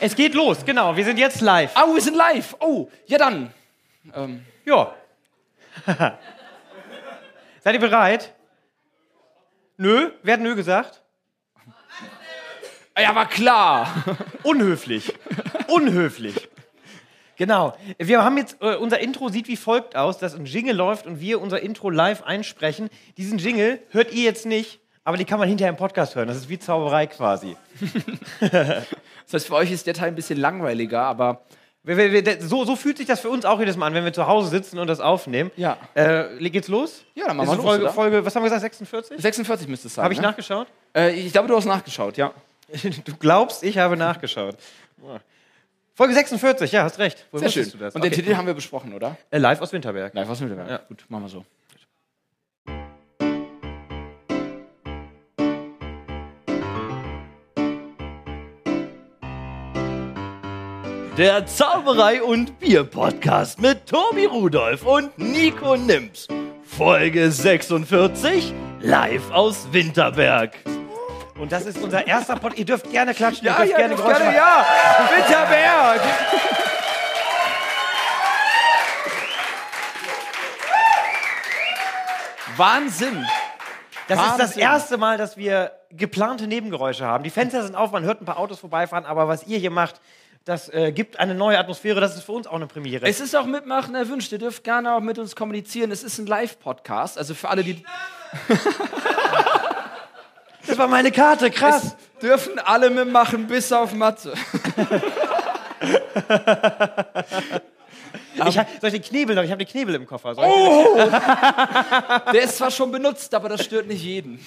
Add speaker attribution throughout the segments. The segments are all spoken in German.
Speaker 1: Es geht los, genau. Wir sind jetzt live.
Speaker 2: Ah, wir sind live. Oh, ja dann. Ähm,
Speaker 1: Ja. Seid ihr bereit? Nö, wer hat nö gesagt?
Speaker 2: ah ja, war klar.
Speaker 1: Unhöflich. Unhöflich. Genau. Wir haben jetzt, äh, unser Intro sieht wie folgt aus, dass ein Jingle läuft und wir unser Intro live einsprechen. Diesen Jingle hört ihr jetzt nicht, aber die kann man hinterher im Podcast hören. Das ist wie Zauberei quasi.
Speaker 2: Das heißt, für euch ist der Teil ein bisschen langweiliger, aber
Speaker 1: Wir, wir, wir, so, so fühlt sich das für uns auch jedes Mal an, wenn wir zu Hause sitzen und das aufnehmen.
Speaker 2: Ja.
Speaker 1: Äh, geht's los?
Speaker 2: Ja, dann machen
Speaker 1: Ist
Speaker 2: wir
Speaker 1: es
Speaker 2: los,
Speaker 1: Folge,
Speaker 2: oder?
Speaker 1: Folge, was haben wir gesagt, 46?
Speaker 2: 46 müsste es sein.
Speaker 1: Habe ich
Speaker 2: ne?
Speaker 1: nachgeschaut?
Speaker 2: Äh, ich glaube, du hast nachgeschaut, ja.
Speaker 1: Du glaubst, ich habe nachgeschaut. Boah. Folge 46, ja, hast recht. Woher
Speaker 2: Sehr
Speaker 1: wusstest
Speaker 2: schön.
Speaker 1: Du das?
Speaker 2: Und den
Speaker 1: Okay.
Speaker 2: Titel haben wir besprochen, oder?
Speaker 1: Äh, live aus Winterberg.
Speaker 2: Nein, was mit dem?
Speaker 1: Ja.
Speaker 2: Gut, machen wir so.
Speaker 3: Der Zauberei und Bier Podcast mit Tobi Rudolf und Nico Nims. Folge 46 live aus Winterberg.
Speaker 1: Und das ist unser erster Pod. Ihr dürft gerne klatschen,
Speaker 2: Ja,
Speaker 1: ihr dürft
Speaker 2: ja,
Speaker 1: gerne
Speaker 2: dürft
Speaker 1: Geräusche
Speaker 2: gerne,
Speaker 1: machen.
Speaker 2: Winterberg! Wahnsinn!
Speaker 1: Das ist das
Speaker 2: Wahnsinn.
Speaker 1: erste Mal, dass wir geplante Nebengeräusche haben. Die Fenster sind auf, man hört ein paar Autos vorbeifahren, aber was ihr hier macht, das äh, gibt eine neue Atmosphäre. Das ist für uns auch eine Premiere.
Speaker 2: Es ist auch mitmachen erwünscht. Ihr dürft gerne auch mit uns kommunizieren. Es ist ein Live-Podcast. Also für alle, die
Speaker 1: das war meine Karte, krass.
Speaker 2: dürfen alle mitmachen, bis auf Matze.
Speaker 1: Ich hab, soll ich den Knebel noch? Ich habe den Knebel im Koffer.
Speaker 2: Oh,
Speaker 1: Soll ich-
Speaker 2: Der ist zwar schon benutzt, aber das stört nicht jeden.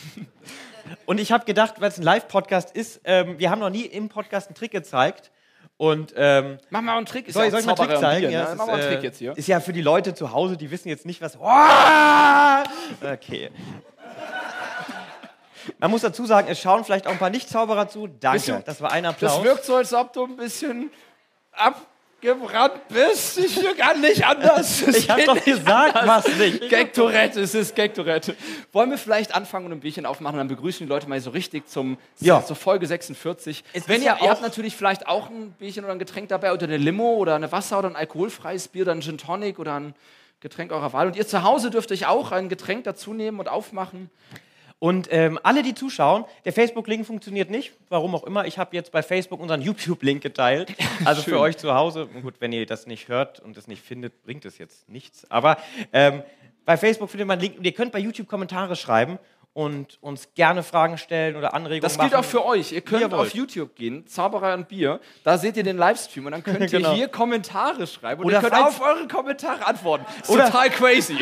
Speaker 1: Und ich habe gedacht, weil es ein Live-Podcast ist, ähm, wir haben noch nie im Podcast einen Trick gezeigt. Und ähm,
Speaker 2: Mach mal einen Trick. Ist
Speaker 1: soll,
Speaker 2: ja
Speaker 1: soll ich
Speaker 2: auch
Speaker 1: mal einen Trick
Speaker 2: Zauberer
Speaker 1: zeigen?
Speaker 2: und Bier,
Speaker 1: Ja,
Speaker 2: ne?
Speaker 1: es
Speaker 2: Mach mal einen
Speaker 1: ist, äh,
Speaker 2: Trick jetzt hier.
Speaker 1: Ist ja für die Leute zu Hause, die wissen jetzt nicht, was. Ah! Okay. Man muss dazu sagen, es schauen vielleicht auch ein paar Nicht-Zauberer zu.
Speaker 2: Wisst ihr,
Speaker 1: Danke, das war ein Applaus.
Speaker 2: Das wirkt so, als ob du ein bisschen abgebrannt bist. Ich kann nicht anders. Es
Speaker 1: ich habe
Speaker 2: geht
Speaker 1: doch
Speaker 2: nicht.
Speaker 1: gesagt, was nicht.
Speaker 2: Gag-Tourette, es ist Gag-Tourette. Wollen wir vielleicht anfangen und ein Bierchen aufmachen, dann begrüßen die Leute mal so richtig zum,
Speaker 1: Ja.
Speaker 2: zur Folge 46.
Speaker 1: Es
Speaker 2: Wenn
Speaker 1: ist
Speaker 2: ihr,
Speaker 1: ja
Speaker 2: ihr habt
Speaker 1: auch-
Speaker 2: natürlich vielleicht auch ein Bierchen oder ein Getränk dabei oder eine Limo oder eine Wasser oder ein alkoholfreies Bier oder ein Gin Tonic oder ein Getränk eurer Wahl. Und ihr zu Hause dürft euch auch ein Getränk dazu nehmen und aufmachen.
Speaker 1: Und ähm, alle, die zuschauen, der Facebook-Link funktioniert nicht, warum auch immer. Ich habe jetzt bei Facebook unseren YouTube-Link geteilt. Also für euch zu Hause, gut, wenn ihr das nicht hört und es nicht findet, bringt es jetzt nichts. Aber ähm, bei Facebook findet man einen Link und ihr könnt bei YouTube Kommentare schreiben und uns gerne Fragen stellen oder Anregungen
Speaker 2: Das
Speaker 1: machen.
Speaker 2: gilt auch für euch. Ihr könnt
Speaker 1: ihr wollt.
Speaker 2: auf YouTube gehen, Zauberer und Bier. Da seht ihr den Livestream und dann könnt ihr
Speaker 1: Genau.
Speaker 2: hier Kommentare schreiben und
Speaker 1: Oder
Speaker 2: ihr könnt
Speaker 1: falls-
Speaker 2: auf eure Kommentare antworten. Ist
Speaker 1: Oder-
Speaker 2: total crazy.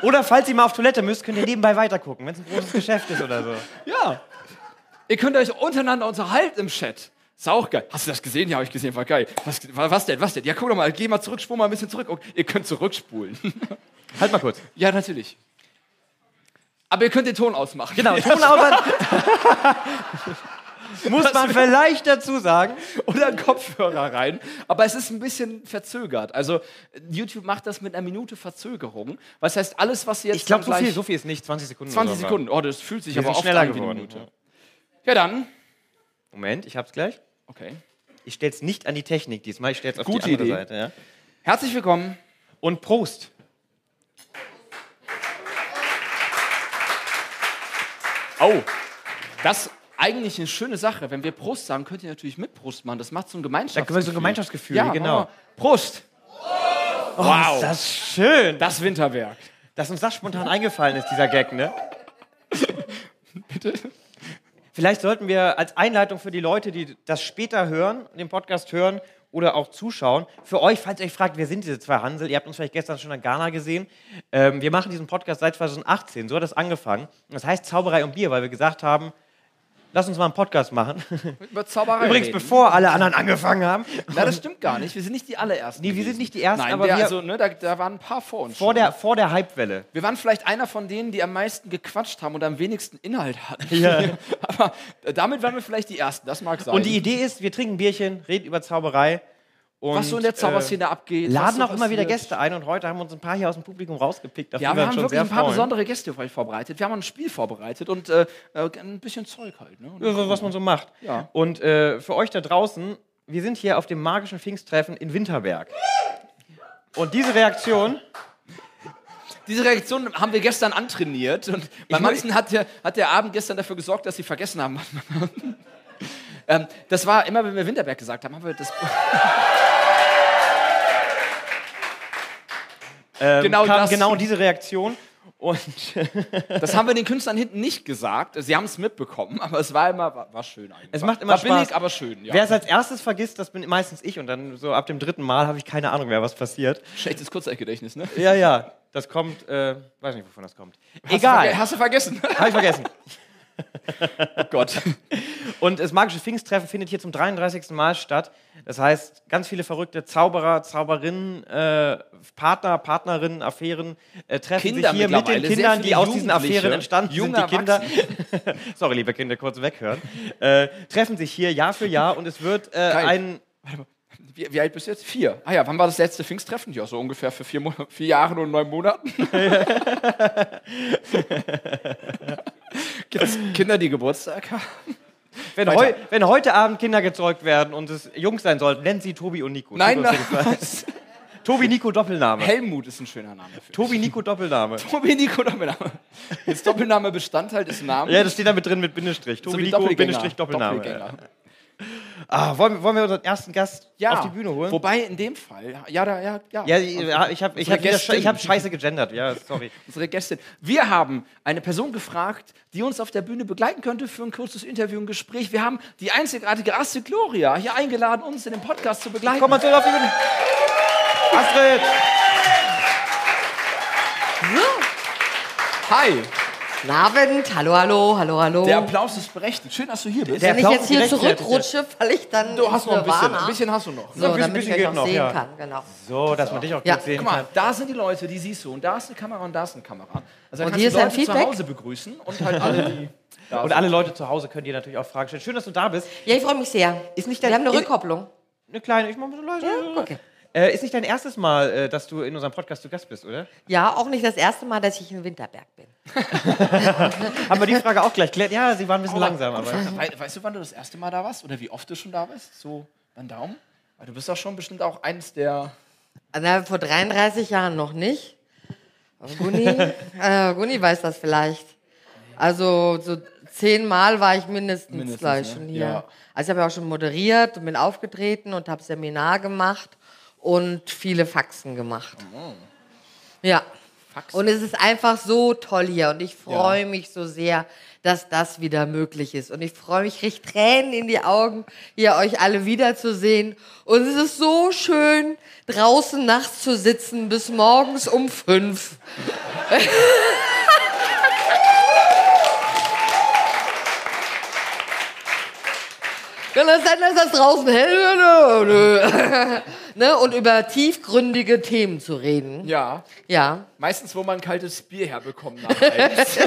Speaker 1: Oder falls ihr mal auf Toilette müsst, könnt ihr nebenbei weitergucken, wenn es ein großes Geschäft ist oder so.
Speaker 2: Ja. Ihr könnt euch untereinander unterhalten im Chat. Ist auch geil. Hast du das gesehen? Ja, habe ich gesehen. War geil. Was, wa- was denn? Was denn? Ja, guck doch mal. Geh mal zurück, spul mal ein bisschen zurück. Okay, ihr könnt zurückspulen.
Speaker 1: Halt mal kurz.
Speaker 2: ja, natürlich. Aber ihr könnt den Ton ausmachen.
Speaker 1: Genau, Tonautern. Muss man vielleicht dazu sagen.
Speaker 2: Oder einen Kopfhörer rein. Aber es ist ein bisschen verzögert. Also, YouTube macht das mit einer Minute Verzögerung. Was heißt, alles, was ihr jetzt
Speaker 1: Ich glaube,
Speaker 2: dann
Speaker 1: so
Speaker 2: gleich-
Speaker 1: viel, so viel ist nicht. 20 Sekunden. oder
Speaker 2: 20
Speaker 1: so.
Speaker 2: Sekunden. Oh, das fühlt sich
Speaker 1: Wir
Speaker 2: aber
Speaker 1: sind
Speaker 2: oft
Speaker 1: schneller
Speaker 2: an wie eine
Speaker 1: geworden.
Speaker 2: Minute. Ja, dann.
Speaker 1: Moment, ich hab's gleich.
Speaker 2: Okay.
Speaker 1: Ich stell's nicht an die Technik diesmal, ich stell's auf
Speaker 2: Gute
Speaker 1: die andere
Speaker 2: Idee.
Speaker 1: Seite. Ja?
Speaker 2: Herzlich willkommen.
Speaker 1: Und Prost!
Speaker 2: Oh, das ist eigentlich eine schöne Sache. Wenn wir Prost sagen, könnt ihr natürlich mit Prost machen. Das macht so ein Gemeinschaftsgefühl.
Speaker 1: Da können wir so ein Gemeinschaftsgefühl,
Speaker 2: ja,
Speaker 1: genau. Oh,
Speaker 2: genau. Prost.
Speaker 1: Ist das schön,
Speaker 2: Das Winterwerk.
Speaker 1: dass uns das spontan eingefallen ist, dieser Gag, ne?
Speaker 2: Bitte.
Speaker 1: Vielleicht sollten wir als Einleitung für die Leute, die das später hören, den Podcast hören oder auch zuschauen, für euch, falls ihr euch fragt, wer sind diese zwei Hansel? Ihr habt uns vielleicht gestern schon in Ghana gesehen. Ähm, wir machen diesen Podcast seit 2018, so hat das angefangen. Das heißt Zauberei und Bier, weil wir gesagt haben, lass uns mal einen Podcast machen.
Speaker 2: Über Zauberei
Speaker 1: Übrigens,
Speaker 2: reden.
Speaker 1: bevor alle anderen angefangen haben.
Speaker 2: Na, das stimmt gar nicht. Wir sind nicht die allerersten.
Speaker 1: Nee, wir
Speaker 2: gewesen.
Speaker 1: sind nicht die Ersten,
Speaker 2: Nein,
Speaker 1: aber
Speaker 2: wir,
Speaker 1: wir-
Speaker 2: also, ne, da, da waren ein paar vor uns.
Speaker 1: Vor
Speaker 2: schon. ne?
Speaker 1: der, vor der Hypewelle.
Speaker 2: wir waren vielleicht einer von denen, die am meisten gequatscht haben und am wenigsten Inhalt hatten.
Speaker 1: Ja.
Speaker 2: aber äh, damit waren wir vielleicht die Ersten. Das mag sein.
Speaker 1: Und die Idee ist, wir trinken Bierchen, reden über Zauberei. Und,
Speaker 2: was so in der Zauberszene abgeht.
Speaker 1: Äh,
Speaker 2: was
Speaker 1: laden
Speaker 2: so
Speaker 1: auch immer wieder
Speaker 2: passiert.
Speaker 1: Gäste ein und heute haben uns ein paar hier aus dem Publikum rausgepickt. auf
Speaker 2: Ja,
Speaker 1: die
Speaker 2: wir
Speaker 1: uns
Speaker 2: haben
Speaker 1: schon
Speaker 2: wirklich
Speaker 1: sehr
Speaker 2: ein paar
Speaker 1: freuen.
Speaker 2: besondere Gäste für euch vorbereitet. Wir haben ein Spiel vorbereitet und äh, äh, ein bisschen Zeug halt. Ne?
Speaker 1: Ja, so, Was man so macht.
Speaker 2: Ja.
Speaker 1: Und äh, für euch da draußen, wir sind hier auf dem magischen Pfingsttreffen in Winterberg. Und diese Reaktion,
Speaker 2: Diese Reaktion haben wir gestern antrainiert und bei
Speaker 1: Ich-
Speaker 2: manchen hat der, hat der Abend gestern dafür gesorgt, dass sie vergessen haben. was wir machen. ähm, das war immer, wenn wir Winterberg gesagt haben, haben wir das.
Speaker 1: ähm,
Speaker 2: Genau
Speaker 1: kam
Speaker 2: das.
Speaker 1: genau diese Reaktion. Und äh,
Speaker 2: Das haben wir den Künstlern hinten nicht gesagt. Sie haben es mitbekommen, aber es war immer war, war schön eigentlich.
Speaker 1: Es macht immer
Speaker 2: war billig,
Speaker 1: Spaß.
Speaker 2: aber schön. Ja.
Speaker 1: wer es als erstes vergisst, das bin meistens ich. Und dann so ab dem dritten Mal habe ich keine Ahnung mehr, was passiert.
Speaker 2: Schlechtes Kurzzeitgedächtnis, ne?
Speaker 1: Ja, ja, das kommt, äh, weiß nicht, wovon das kommt.
Speaker 2: Hast du,
Speaker 1: Egal,
Speaker 2: hast du vergessen?
Speaker 1: habe ich vergessen.
Speaker 2: Oh Gott.
Speaker 1: Und das magische Pfingsttreffen findet hier zum 33. Mal statt. Das heißt, ganz viele verrückte Zauberer, Zauberinnen, äh, Partner, Partnerinnen, Affären äh, treffen
Speaker 2: Kinder
Speaker 1: sich hier mit den
Speaker 2: mittlerweile, sehr
Speaker 1: Kindern,
Speaker 2: viele
Speaker 1: die aus diesen
Speaker 2: Jugendliche,
Speaker 1: Affären entstanden sind.
Speaker 2: junge
Speaker 1: Die Kinder, sorry, liebe Kinder, kurz weghören, äh, treffen sich hier Jahr für Jahr und es wird äh,
Speaker 2: Geil.
Speaker 1: ein
Speaker 2: Wie, wie alt bist du jetzt? Vier. Ah ja, wann war das letzte Pfingsttreffen? Ja, so ungefähr für vier, Mo vier Jahre und neun Monaten. Gibt's Kinder, die Geburtstag haben?
Speaker 1: wenn,
Speaker 2: Weiter.
Speaker 1: heu, wenn heute Abend Kinder gezeugt werden und es Jungs sein sollten, nennen sie Tobi und Nico.
Speaker 2: Nein,
Speaker 1: Tut
Speaker 2: nein.
Speaker 1: uns den Gefallen. Tobi Nico Doppelname.
Speaker 2: Helmut ist ein schöner Name. Für
Speaker 1: Tobi Nico Doppelname.
Speaker 2: Tobi Nico Doppelname. Jetzt Doppelname Bestandteil des Namens.
Speaker 1: Ja, das steht da mit drin mit Bindestrich. Tobi
Speaker 2: So wie
Speaker 1: Nico
Speaker 2: Doppelgänger.
Speaker 1: Bindestrich Doppelname.
Speaker 2: Doppelgänger.
Speaker 1: Ah, wollen, wir- wollen wir unseren ersten Gast
Speaker 2: Ja.
Speaker 1: auf die Bühne holen?
Speaker 2: Wobei in dem Fall, ja, da, ja, ja.
Speaker 1: ja, ja, ich habe ich hab
Speaker 2: Unsere
Speaker 1: wieder- ich hab
Speaker 2: Gästin.
Speaker 1: scheiße gegendert. Ja, sorry.
Speaker 2: unsere Gästin. Wir haben eine Person gefragt, die uns auf der Bühne begleiten könnte für ein kurzes Interview, ein Gespräch. Wir haben die einzigartige Astrid Gloria hier eingeladen, uns in den Podcast zu begleiten.
Speaker 1: Komm mal zurück auf die Bühne. Astrid!
Speaker 2: Hi,
Speaker 4: Guten Abend, hallo, hallo, hallo, hallo.
Speaker 2: der Applaus ist berechtigt. Schön, dass du hier bist.
Speaker 1: Der
Speaker 4: Wenn ich
Speaker 1: Applaus
Speaker 4: jetzt hier
Speaker 1: ist berechtigt.
Speaker 4: zurückrutsche, falle ich dann
Speaker 2: Du hast noch ein bisschen,
Speaker 4: Nirvana.
Speaker 2: ein bisschen hast du noch. ne?
Speaker 4: so,
Speaker 1: bisschen-
Speaker 4: damit
Speaker 1: bisschen
Speaker 4: ich
Speaker 1: geht
Speaker 4: euch
Speaker 1: noch,
Speaker 4: noch sehen
Speaker 1: ja.
Speaker 4: kann. Genau.
Speaker 1: So, dass man dich auch gut
Speaker 4: Ja.
Speaker 1: sehen
Speaker 2: Guck
Speaker 1: kann.
Speaker 2: mal, da sind die Leute, die siehst du. Und da ist eine Kamera und da ist eine Kamera. Also da
Speaker 4: Und
Speaker 2: kannst
Speaker 4: hier
Speaker 2: du
Speaker 4: ist ein
Speaker 2: Leute zu
Speaker 4: Feedback.
Speaker 2: Hause begrüßen und halt alle, die da
Speaker 1: Und
Speaker 2: sind.
Speaker 1: alle Leute zu Hause können dir natürlich auch Fragen stellen. Schön, dass du da bist.
Speaker 4: Ja, ich freue mich sehr.
Speaker 1: Ist nicht
Speaker 4: Wir
Speaker 1: dein-
Speaker 4: haben eine
Speaker 1: ist-
Speaker 4: Rückkopplung.
Speaker 1: Eine kleine, ich mach mal so leise.
Speaker 4: okay.
Speaker 1: Äh, ist nicht dein erstes Mal, äh, dass du in unserem Podcast zu Gast bist, oder?
Speaker 4: Ja, auch nicht das erste Mal, dass ich in Winterberg bin.
Speaker 1: Haben wir die Frage auch gleich geklärt? Ja, sie waren ein bisschen langsam, aber.
Speaker 2: Wei- Weißt du, wann du das erste Mal da warst? Oder wie oft du schon da bist? So, beim Daumen? Weil du bist doch schon bestimmt auch eins der.
Speaker 4: Na, vor 33 Jahren noch nicht. Aber Gunni, äh, Gunni weiß das vielleicht. Also so zehnmal war ich mindestens,
Speaker 2: Mindestens,
Speaker 4: glaub ich,
Speaker 2: ne?
Speaker 4: schon hier.
Speaker 2: Ja.
Speaker 4: Also ich habe ja auch schon moderiert und bin aufgetreten und habe Seminar gemacht und viele Faxen gemacht. Ja.
Speaker 2: Faxen.
Speaker 4: Und es ist einfach so toll hier und ich freue
Speaker 2: Ja.
Speaker 4: mich so sehr, dass das wieder möglich ist. Und ich freue mich, kriege Tränen in die Augen, hier euch alle wiederzusehen. Und es ist so schön, draußen nachts zu sitzen bis morgens um fünf. Kann das sein, dass das draußen hell wird? Nö. ne? Und über tiefgründige Themen zu reden.
Speaker 2: Ja.
Speaker 4: Ja.
Speaker 2: Meistens, wo man ein kaltes Bier herbekommt nach eins.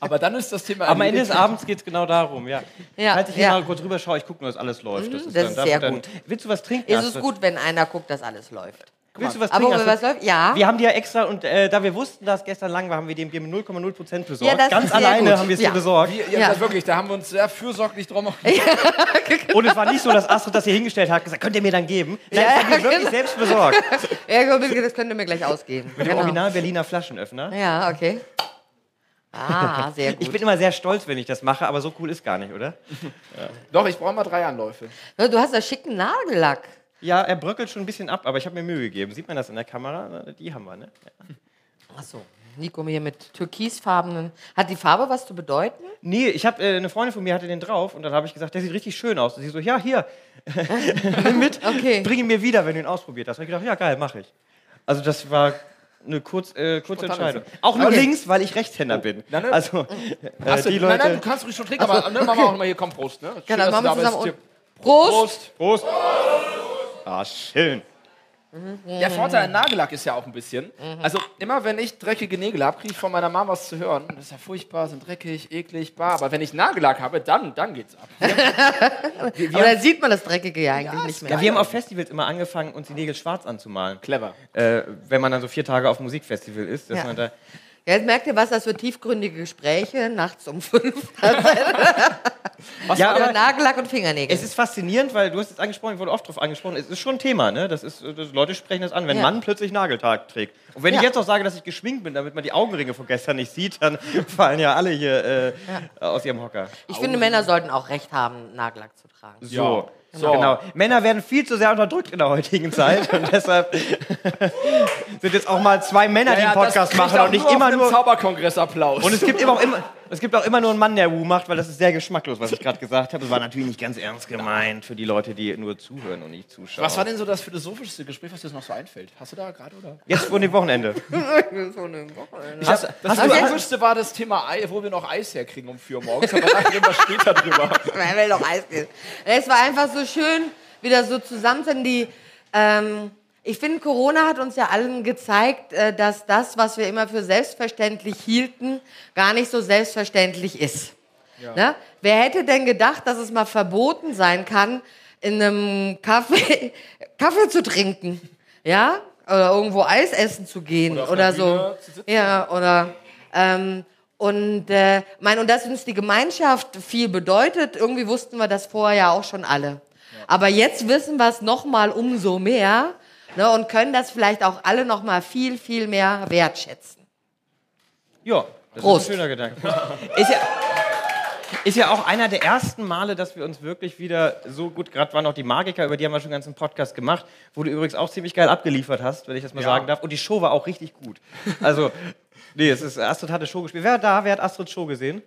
Speaker 2: Aber dann ist das Thema.
Speaker 1: Am Ende
Speaker 2: erledigt.
Speaker 1: des Abends geht es genau darum, ja.
Speaker 4: Ja,
Speaker 1: Falls ich hier
Speaker 4: ja. Mhm,
Speaker 1: mal kurz rüberschaue, ich gucke nur, dass alles läuft. Das ist,
Speaker 4: das
Speaker 1: dann,
Speaker 4: ist
Speaker 1: dafür
Speaker 4: sehr
Speaker 1: dann,
Speaker 4: gut.
Speaker 1: Willst du was trinken?
Speaker 4: Es ist
Speaker 1: Astrid?
Speaker 4: gut, wenn einer guckt, dass alles läuft.
Speaker 1: Willst du was
Speaker 4: Aber
Speaker 1: trinken?
Speaker 4: wo
Speaker 1: Astrid?
Speaker 4: was läuft? Ja.
Speaker 1: Wir haben die ja extra, und äh, da wir wussten, dass gestern lang war, haben wir dem Bier mit 0,0% besorgt.
Speaker 4: Ja, das
Speaker 1: Ganz
Speaker 4: ist sehr
Speaker 1: alleine
Speaker 4: gut.
Speaker 1: haben wir es
Speaker 4: Ja.
Speaker 1: hier besorgt.
Speaker 2: Wir, ja,
Speaker 4: Ja.
Speaker 2: Das wirklich, da haben wir uns sehr fürsorglich drum
Speaker 1: Und es war nicht so, dass Astrid das hier hingestellt hat und gesagt, könnt ihr mir dann geben? Nein, das haben wir wirklich
Speaker 4: genau.
Speaker 1: selbst besorgt.
Speaker 4: Ja, das könnte mir gleich ausgehen. Genau.
Speaker 1: Mit dem Original Berliner Flaschenöffner.
Speaker 4: Ja, okay. Ah, sehr gut.
Speaker 1: Ich bin immer sehr stolz, wenn ich das mache, aber so cool ist gar nicht, oder?
Speaker 2: Doch, ich brauche mal drei
Speaker 1: Äh,
Speaker 2: Anläufe.
Speaker 4: du hast ja schicken Nagellack.
Speaker 1: Ja, er bröckelt schon ein bisschen ab, aber ich habe mir Mühe gegeben. Sieht man das in der Kamera? Die haben wir, ne?
Speaker 4: Achso, Nico hier mit türkisfarbenen. Hat die Farbe was zu bedeuten?
Speaker 1: Nee, ich habe äh, eine Freundin von mir hatte den drauf und dann habe ich gesagt, der sieht richtig schön aus. Und sie so, ja, hier, nimm mit,
Speaker 4: Okay.
Speaker 1: bring ihn mir wieder, wenn du ihn ausprobiert hast. Und ich gedacht, ja, geil, mache ich. Also das war eine kurz, äh, kurze
Speaker 2: Spontane
Speaker 1: Entscheidung. Auch nur
Speaker 2: Okay.
Speaker 1: links, weil ich Rechtshänder bin.
Speaker 2: Na, ne?
Speaker 1: Also äh,
Speaker 2: Achso,
Speaker 1: die
Speaker 2: nein, nein, du
Speaker 1: Leute.
Speaker 2: kannst ruhig schon trinken, aber ne, machen wir auch mal hier, komm, Prost. Ne?
Speaker 4: Ja, Genau, dann
Speaker 2: dass du
Speaker 4: machen wir
Speaker 2: da bist.
Speaker 4: zusammen.
Speaker 2: Hier.
Speaker 4: Und Prost!
Speaker 1: Prost.
Speaker 2: Prost.
Speaker 1: Ah, schön.
Speaker 2: Der
Speaker 4: Mhm.
Speaker 2: Vorteil an Nagellack ist ja auch ein bisschen. Also, immer wenn ich dreckige Nägel habe, kriege ich von meiner Mama was zu hören. Das ist ja furchtbar, sind dreckig, eklig, bar. Aber wenn ich Nagellack habe, dann, dann geht's ab.
Speaker 4: Aber dann sieht man das Dreckige ja eigentlich nicht mehr.
Speaker 1: Ja, wir haben auf Festivals immer angefangen, uns die Nägel schwarz anzumalen.
Speaker 2: Clever.
Speaker 1: Äh, wenn man dann so vier Tage auf dem Musikfestival ist, dass
Speaker 4: Ja.
Speaker 1: man da
Speaker 4: Jetzt merkt ihr, was das für tiefgründige Gespräche nachts um fünf.
Speaker 1: Was
Speaker 4: Ja,
Speaker 1: ja,
Speaker 4: über
Speaker 1: aber
Speaker 4: Nagellack und Fingernägel.
Speaker 1: es ist faszinierend, weil du hast es angesprochen, ich wurde oft drauf angesprochen. Es ist schon ein Thema, ne? Das ist, äh, das, Leute sprechen das an, wenn
Speaker 4: Ja.
Speaker 1: Mann plötzlich Nageltag trägt. Und wenn
Speaker 4: Ja.
Speaker 1: ich jetzt noch sage, dass ich geschminkt bin, damit man die Augenringe von gestern nicht sieht, dann fallen ja alle hier äh, aus ihrem Hocker.
Speaker 4: ich finde, Männer sollten auch Recht haben, Nagellack zu tragen.
Speaker 1: So.
Speaker 2: Ja.
Speaker 1: So. Genau. Männer werden viel zu sehr unterdrückt in der heutigen Zeit und deshalb sind jetzt auch mal zwei Männer, die einen Podcast machen und nicht immer nur.
Speaker 2: Zauberkongress Applaus.
Speaker 1: Und es gibt, immer auch immer, es gibt auch immer nur einen Mann, der Wu macht, weil das ist sehr geschmacklos, was ich gerade gesagt habe. Es war natürlich nicht ganz ernst gemeint für die Leute, die nur zuhören und nicht zuschauen.
Speaker 2: was war denn so das philosophischste Gespräch, was dir noch so einfällt? Hast du da gerade oder?
Speaker 1: Jetzt vor dem Wochenende.
Speaker 2: Das, das
Speaker 4: du-
Speaker 2: philosophischste war das Thema, Ei, wo wir noch Eis herkriegen um 4 Uhr morgens, aber da reden wir später drüber.
Speaker 4: Man will doch Eis essen. Es war einfach so schön, wieder so zusammen sind die. Ähm, ich finde, Corona hat uns ja allen gezeigt, äh, dass das, was wir immer für selbstverständlich hielten, gar nicht so selbstverständlich ist. Ne? Wer hätte denn gedacht, dass es mal verboten sein kann, in einem Kaffee Kaffee zu trinken? Ja? Oder irgendwo Eis essen zu gehen
Speaker 2: auf
Speaker 4: oder,
Speaker 2: einer
Speaker 4: so.
Speaker 2: Bühne zu sitzen.
Speaker 4: Ja, oder. Ähm, und, äh, mein, und dass uns die Gemeinschaft viel bedeutet, irgendwie wussten wir das vorher ja auch schon alle. Aber jetzt wissen wir es nochmal umso mehr ne, und können das vielleicht auch alle nochmal viel, viel mehr wertschätzen.
Speaker 1: Ja. Das
Speaker 4: Prost.
Speaker 1: ist ein schöner Gedanke. Ist ja, ist ja auch einer der ersten Male, dass wir uns wirklich wieder so gut, gerade waren auch die Magiker, über die haben wir schon einen ganzen Podcast gemacht, wo du übrigens auch ziemlich geil abgeliefert hast, wenn ich das mal sagen darf. Und die Show war auch richtig gut. Also, nee, es ist, Astrid hat eine Show gespielt. Wer war da, wer hat Astrids Show gesehen?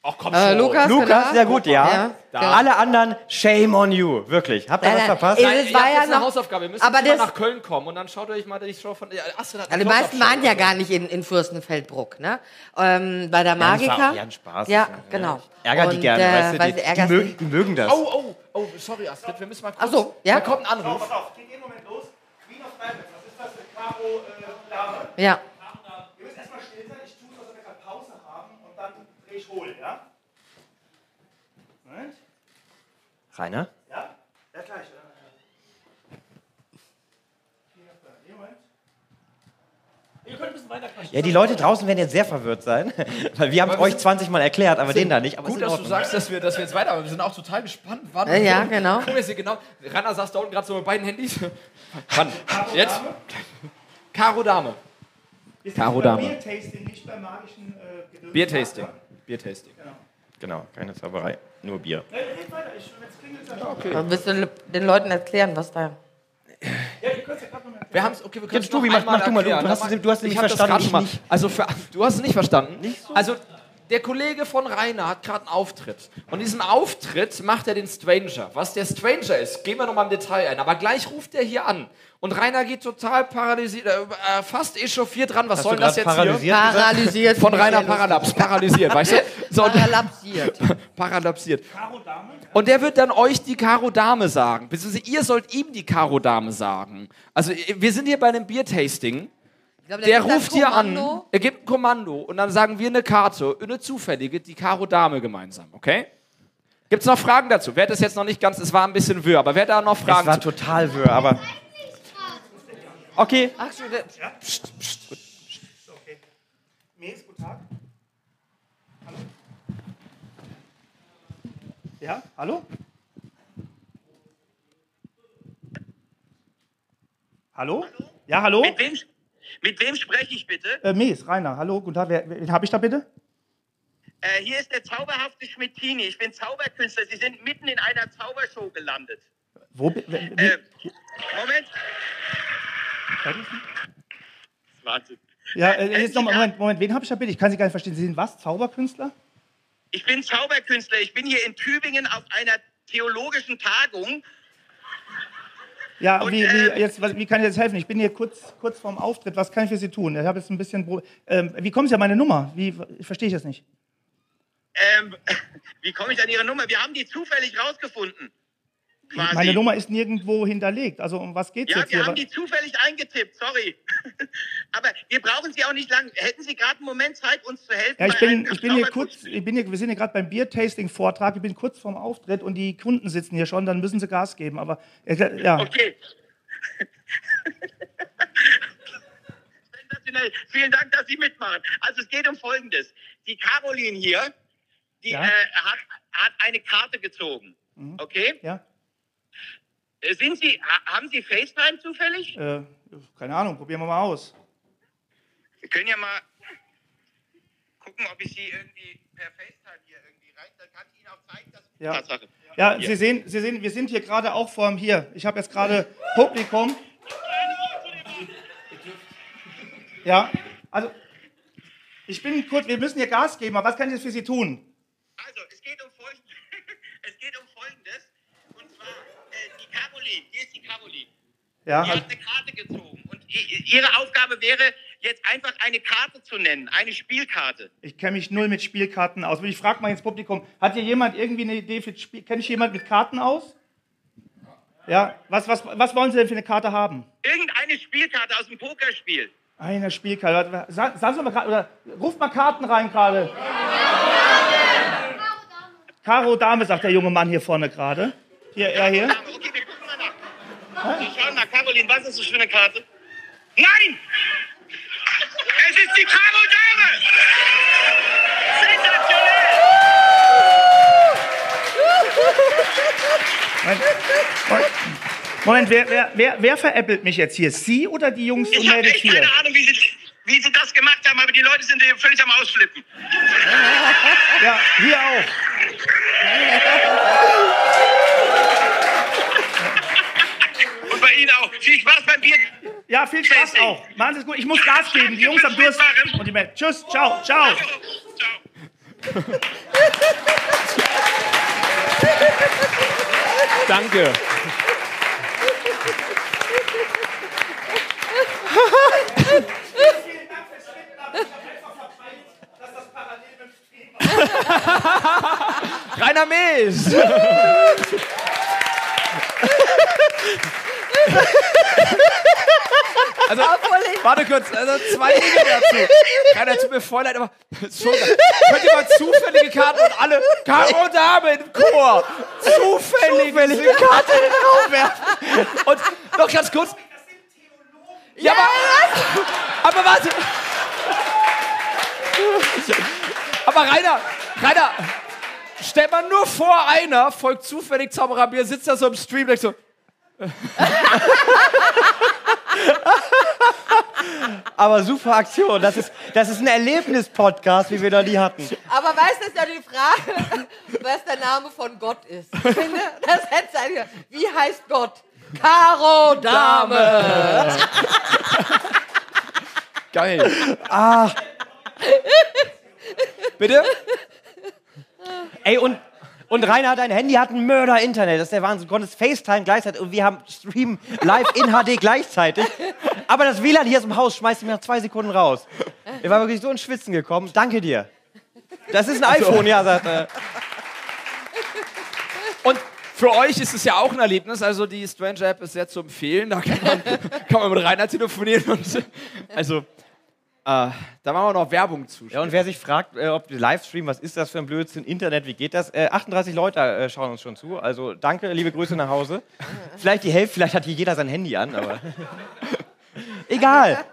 Speaker 2: Ach komm
Speaker 4: Äh, Lukas,
Speaker 1: Lukas,
Speaker 4: Lukas
Speaker 1: sehr gut, ja.
Speaker 4: Ja. genau.
Speaker 1: Alle anderen, shame on you. Wirklich. Habt ihr
Speaker 4: Nein,
Speaker 1: was
Speaker 4: nein.
Speaker 1: verpasst?
Speaker 4: Nein.
Speaker 2: Es war ja eine
Speaker 4: noch-
Speaker 2: Hausaufgabe. Ihr müsst
Speaker 4: aber
Speaker 2: jetzt mal
Speaker 4: das-
Speaker 2: nach Köln kommen und dann schaut euch mal die Show von. Ja, Astrid hat
Speaker 4: Ja, die
Speaker 2: eine
Speaker 4: meisten
Speaker 2: Close-Up-Show.
Speaker 4: waren ja gar nicht in, in Fürstenfeldbruck, ne? Ähm, bei der
Speaker 1: das war
Speaker 4: Magica.
Speaker 1: auch eher ein Spaß.
Speaker 4: Ja,
Speaker 1: Ja,
Speaker 4: genau.
Speaker 1: Ärger die
Speaker 4: Und,
Speaker 1: gerne,
Speaker 4: äh,
Speaker 1: weißt du,
Speaker 4: weil
Speaker 1: die,
Speaker 4: sie
Speaker 1: die,
Speaker 4: ärgerst
Speaker 1: mögen,
Speaker 4: dich.
Speaker 1: die mögen das.
Speaker 2: Oh, oh, oh, sorry, Astrid, wir müssen mal kurz.
Speaker 4: Ach so, ja.
Speaker 2: Da kommt ein Anruf.
Speaker 5: Pass auf, geht im Moment los. Queen of Diamonds, das ist das äh, Karo äh, Dame.
Speaker 4: Ja.
Speaker 5: Ihr müsst erstmal still sein, ich tue so, dass wir gerade Pause haben und dann drehe ich hohl, ja? Moment.
Speaker 1: Rainer?
Speaker 5: Ja? Ja, gleich, oder? Queen of Diamonds, Ihr Moment. Ihr könnt ein bisschen weiter quatschen.
Speaker 1: Ja, die Leute draußen werden jetzt sehr verwirrt sein, weil wir haben es euch 20 Mal erklärt, aber den da nicht. Aber
Speaker 2: Gut,
Speaker 1: ist in
Speaker 2: dass du
Speaker 1: Ordnung.
Speaker 2: sagst, dass wir, dass wir jetzt weitermachen. Wir sind auch total gespannt. Wann
Speaker 4: Äh, ja, genau.
Speaker 2: Guck mal, sie genau. Rana saß da unten gerade so mit beiden Handys. Wann? Jetzt? Karo Dame.
Speaker 5: Wir sind
Speaker 2: Karo
Speaker 5: beim
Speaker 2: Dame.
Speaker 5: Biertasting, nicht beim magischen äh, Gedöns.
Speaker 2: Biertasting.
Speaker 5: Ja,
Speaker 2: Biertasting.
Speaker 1: Genau, keine Zauberei, nur Bier.
Speaker 5: ja, redet weiter, ich, wenn's klingelt, dann...
Speaker 4: Dann willst du den Leuten erklären, was da.
Speaker 5: Ja, ihr könnt's ja gerade noch mal...
Speaker 2: Wir haben es, okay, wir können
Speaker 1: Jetzt Tobi, mach- mach du mal, du- du hast es- du hast es nicht verstanden, ich nicht.
Speaker 2: Also für, du hast es nicht verstanden. Also der Kollege von Rainer hat gerade einen Auftritt. Und diesen Auftritt macht er den Stranger. Was der Stranger ist, gehen wir nochmal im Detail ein. Aber gleich ruft er hier an. Und Rainer geht total paralysiert, äh, äh, fast echauffiert dran. Was soll
Speaker 1: du
Speaker 2: das
Speaker 1: grad
Speaker 2: jetzt hier?
Speaker 1: paralysiert?
Speaker 4: Paralysiert.
Speaker 2: Von Rainer Paralaps, paralysiert, weißt du? So, und-
Speaker 4: Paralapsiert.
Speaker 2: Paralapsiert. Und der wird dann euch die Karo Dame sagen. Beziehungsweise ihr sollt ihm die Karo Dame sagen. Also wir sind hier bei einem Biertasting.
Speaker 4: Ich glaub,
Speaker 2: Der
Speaker 4: gibt das
Speaker 2: ruft hier an,
Speaker 4: Kommando.
Speaker 2: er gibt ein Kommando und dann sagen wir eine Karte, eine zufällige, die Karo Dame gemeinsam, okay? Gibt's noch Fragen dazu? Wer hat das jetzt noch nicht ganz, es war ein bisschen wirr, aber wer hat da noch
Speaker 1: Das
Speaker 2: Fragen
Speaker 1: war
Speaker 2: zu?
Speaker 1: total wirr, aber. Okay,
Speaker 4: Ach so, der,
Speaker 5: Okay. Mäß, guten Tag. Hallo? Ja, hallo? Hallo? Ja, hallo?
Speaker 6: Mit wem, mit wem spreche ich bitte?
Speaker 5: Äh, Mees, Rainer, hallo, guten Tag. Wer, wen habe ich da bitte?
Speaker 6: Äh, hier ist der zauberhafte Schmittini. Ich bin Zauberkünstler. Sie sind mitten in einer Zaubershow gelandet.
Speaker 5: Wo? bi- wer- wie-
Speaker 6: Äh, Moment. Wahnsinn.
Speaker 5: ja, äh, jetzt nochmal, Moment, Moment, wen habe ich da bitte? Ich kann Sie gar nicht verstehen. Sie sind was? Zauberkünstler?
Speaker 6: Ich bin Zauberkünstler. Ich bin hier in Tübingen auf einer theologischen Tagung.
Speaker 5: Ja,
Speaker 6: Und,
Speaker 5: wie,
Speaker 6: äh,
Speaker 5: wie, jetzt, was, wie kann ich jetzt helfen? Ich bin hier kurz, kurz vorm Auftritt. Was kann ich für Sie tun? Ich habe jetzt ein bisschen. Pro- Ähm, wie kommen Sie an meine Nummer? Wie, ich verstehe ich das nicht.
Speaker 6: Ähm, wie komme ich an Ihre Nummer? Wir haben die zufällig rausgefunden. Quasi.
Speaker 5: Meine Nummer ist nirgendwo hinterlegt. Also um was geht's
Speaker 6: Ja,
Speaker 5: jetzt
Speaker 6: wir
Speaker 5: hier?
Speaker 6: haben die zufällig eingetippt. Sorry. Aber wir brauchen Sie auch nicht lang. Hätten Sie gerade einen Moment Zeit, uns zu helfen?
Speaker 5: ja, ich
Speaker 6: bei
Speaker 5: bin,
Speaker 6: einem
Speaker 5: ich bin hier kurz,
Speaker 6: Zauberkünstler?
Speaker 5: ich bin hier, wir sind hier gerade beim Biertasting-Vortrag. Ich bin kurz vorm Auftritt und die Kunden sitzen hier schon. Dann müssen sie Gas geben. Aber äh, ja,
Speaker 6: Okay. sensationell. Vielen Dank, dass Sie mitmachen. Also es geht um Folgendes. Die Caroline hier, die
Speaker 5: Ja. Mhm.
Speaker 6: äh, hat, hat eine Karte gezogen. Okay?
Speaker 5: Ja?
Speaker 6: Äh, Sind Sie, ha- haben Sie FaceTime zufällig?
Speaker 5: Äh, keine Ahnung, probieren wir mal aus.
Speaker 6: Wir können ja mal gucken, ob ich Sie irgendwie per FaceTime hier irgendwie rein. Dann kann ich Ihnen auch zeigen, dass
Speaker 5: Ja.
Speaker 6: Tatsache.
Speaker 5: Ja, Sie, sehen, Sie sehen, wir sind hier gerade auch vor dem hier. Ich habe jetzt gerade Publikum. Ja, also ich bin kurz, wir müssen hier Gas geben, aber was kann ich jetzt für Sie tun?
Speaker 6: Also, es geht um Folgendes. es geht um Folgendes. Und zwar, äh, die Caroline, hier ist die Caroline.
Speaker 5: Ja,
Speaker 6: Die
Speaker 5: also,
Speaker 6: hat eine Karte gezogen. Und i- ihre Aufgabe wäre, jetzt einfach eine Karte zu nennen, eine Spielkarte.
Speaker 5: ich kenne mich null mit Spielkarten aus. Ich frage mal ins Publikum, hat hier jemand irgendwie eine Idee für das Spiel? Kenne ich jemand mit Karten aus? Ja, was, was, was wollen Sie denn für eine Karte haben?
Speaker 6: Irgendeine Spielkarte aus dem Pokerspiel.
Speaker 5: Eine Spielkarte. Warte, sa- Sagen Sie mal gerade, oder ruft mal Karten rein gerade. Karo Dame, sagt der junge Mann hier vorne gerade. Hier, er hier.
Speaker 6: Aber Okay, wir gucken mal nach. Wir schauen nach. Caroline, was ist das für eine Karte? Nein! Es ist die Karo Dame! Sensationell!
Speaker 5: Moment, Moment. Moment wer, wer, wer, wer veräppelt mich jetzt hier? Sie oder die Jungs und
Speaker 6: Ich habe
Speaker 5: Mädels
Speaker 6: echt
Speaker 5: hier?
Speaker 6: keine Ahnung, wie sie, wie sie das gemacht haben, aber die Leute sind hier völlig am Ausflippen.
Speaker 5: Ja, hier auch.
Speaker 6: Und bei Ihnen auch. Viel Spaß beim Bier.
Speaker 5: Ja, viel Spaß
Speaker 6: Tschüss.
Speaker 5: auch. Machen Sie es gut. Ich muss Gas geben. Die Jungs am Durst. Und die Mädels. Tschüss, ciao, ciao.
Speaker 6: Ciao.
Speaker 1: Danke.
Speaker 2: Rainer Milch! Also, warte kurz, also zwei Dinge dazu. Keiner tut mir voll leid, aber schon, könnt ihr mal zufällige Karten und alle Karo Dame im Chor. Zufällige, zufällige Karte in den Raum werfen. Und noch ganz kurz. Ja, aber, aber warte. Aber Rainer, Rainer, Stell mal nur vor, einer folgt zufällig Zaubererbier, sitzt da so im Stream, denkt so.
Speaker 1: Aber super Aktion. Das ist, das ist ein Erlebnis-Podcast, wie wir da nie hatten.
Speaker 4: Aber weißt du, ist ja die Frage, was der Name von Gott ist. Ich finde, das hätte sein können. Wie heißt Gott? Karo Dame.
Speaker 2: Geil. Ah. Bitte?
Speaker 1: Ey, und, und Rainer, dein Handy hat ein Mörder-Internet. Das ist der Wahnsinn. Du konntest FaceTime gleichzeitig und wir haben Stream live in HD gleichzeitig. Aber das WLAN hier aus dem Haus schmeißt mich nach zwei Sekunden raus. Ich war wirklich so ins Schwitzen gekommen. Danke dir. Das ist ein iPhone, ja, sagt er.
Speaker 2: Und für euch ist es ja auch ein Erlebnis. Also die Stranger App ist sehr zu empfehlen. Da kann man, kann man mit Rainer telefonieren. Und, also, äh, da machen wir noch Werbung zu.
Speaker 1: Ja, und wer sich fragt, äh, ob der Livestream, was ist das für ein Blödsinn, Internet, wie geht das? Äh, 38 Leute äh, schauen uns schon zu. Also danke, liebe Grüße nach Hause. Vielleicht die Hälfte, vielleicht hat hier jeder sein Handy an, aber. Egal.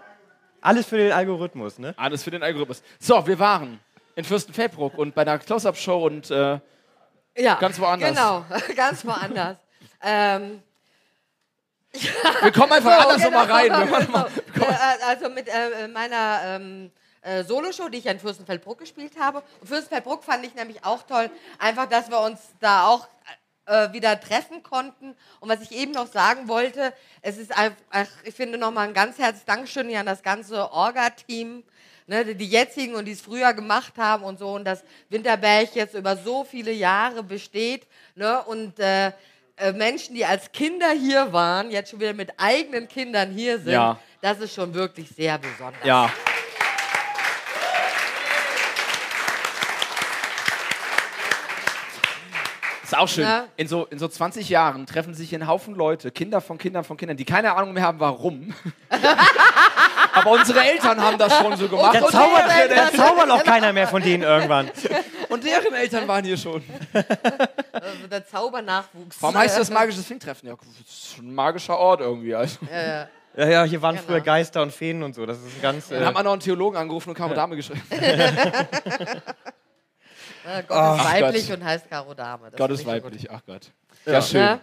Speaker 1: Alles für den Algorithmus, ne?
Speaker 2: Alles für den Algorithmus. So, wir waren in Fürstenfeldbruck und bei einer Close-Up-Show und äh,
Speaker 4: Ja,
Speaker 2: Ganz woanders.
Speaker 4: Genau, ganz woanders. ähm,
Speaker 2: wir kommen einfach anders
Speaker 4: genau,
Speaker 2: nochmal rein. Wir machen-
Speaker 4: genau. Äh, also mit äh, meiner ähm, äh, Soloshow, die ich ja in Fürstenfeldbruck gespielt habe. Und Fürstenfeldbruck fand ich nämlich auch toll. Einfach, dass wir uns da auch äh, wieder treffen konnten. Und was ich eben noch sagen wollte, es ist einfach, ich finde nochmal ein ganz herzliches Dankeschön hier an das ganze Orga-Team. Ne, die- die jetzigen und die es früher gemacht haben und so und dass Winterberg jetzt über so viele Jahre besteht ne, und äh, äh, Menschen, die als Kinder hier waren, jetzt schon wieder mit eigenen Kindern hier sind,
Speaker 2: Ja.
Speaker 4: das ist schon wirklich sehr besonders.
Speaker 2: Ja. Ist auch schön.
Speaker 4: Na?
Speaker 2: In so, in so 20 Jahren treffen sich ein Haufen Leute, Kinder von Kindern von Kindern, die keine Ahnung mehr haben, warum. Aber unsere Eltern haben das schon so gemacht.
Speaker 4: Der
Speaker 1: Da
Speaker 2: Und
Speaker 4: Zauber-
Speaker 1: zaubert,
Speaker 2: deren
Speaker 4: Eltern-
Speaker 1: da zaubert auch keiner mehr von denen irgendwann.
Speaker 2: Eltern, und deren Eltern waren hier schon.
Speaker 4: Also der Zaubernachwuchs. äh, äh,
Speaker 2: Warum heißt das magisches Filmtreffen? Ja, das ist ein magischer Ort irgendwie. Also.
Speaker 1: Ja, ja, hier waren
Speaker 4: Genau.
Speaker 1: früher Geister und Feen und so. Das ist ein ganz.
Speaker 2: Dann
Speaker 1: Äh,
Speaker 2: haben wir noch einen Theologen angerufen und Caro Dame geschrieben.
Speaker 4: Äh, Gott ist
Speaker 2: Ach
Speaker 4: weiblich
Speaker 2: Gott.
Speaker 4: und heißt Karo Dame. Das
Speaker 2: Gott
Speaker 4: finde
Speaker 2: ist
Speaker 4: ich schon gut.
Speaker 2: weiblich, ach Gott. Ja, schön.
Speaker 4: Ne?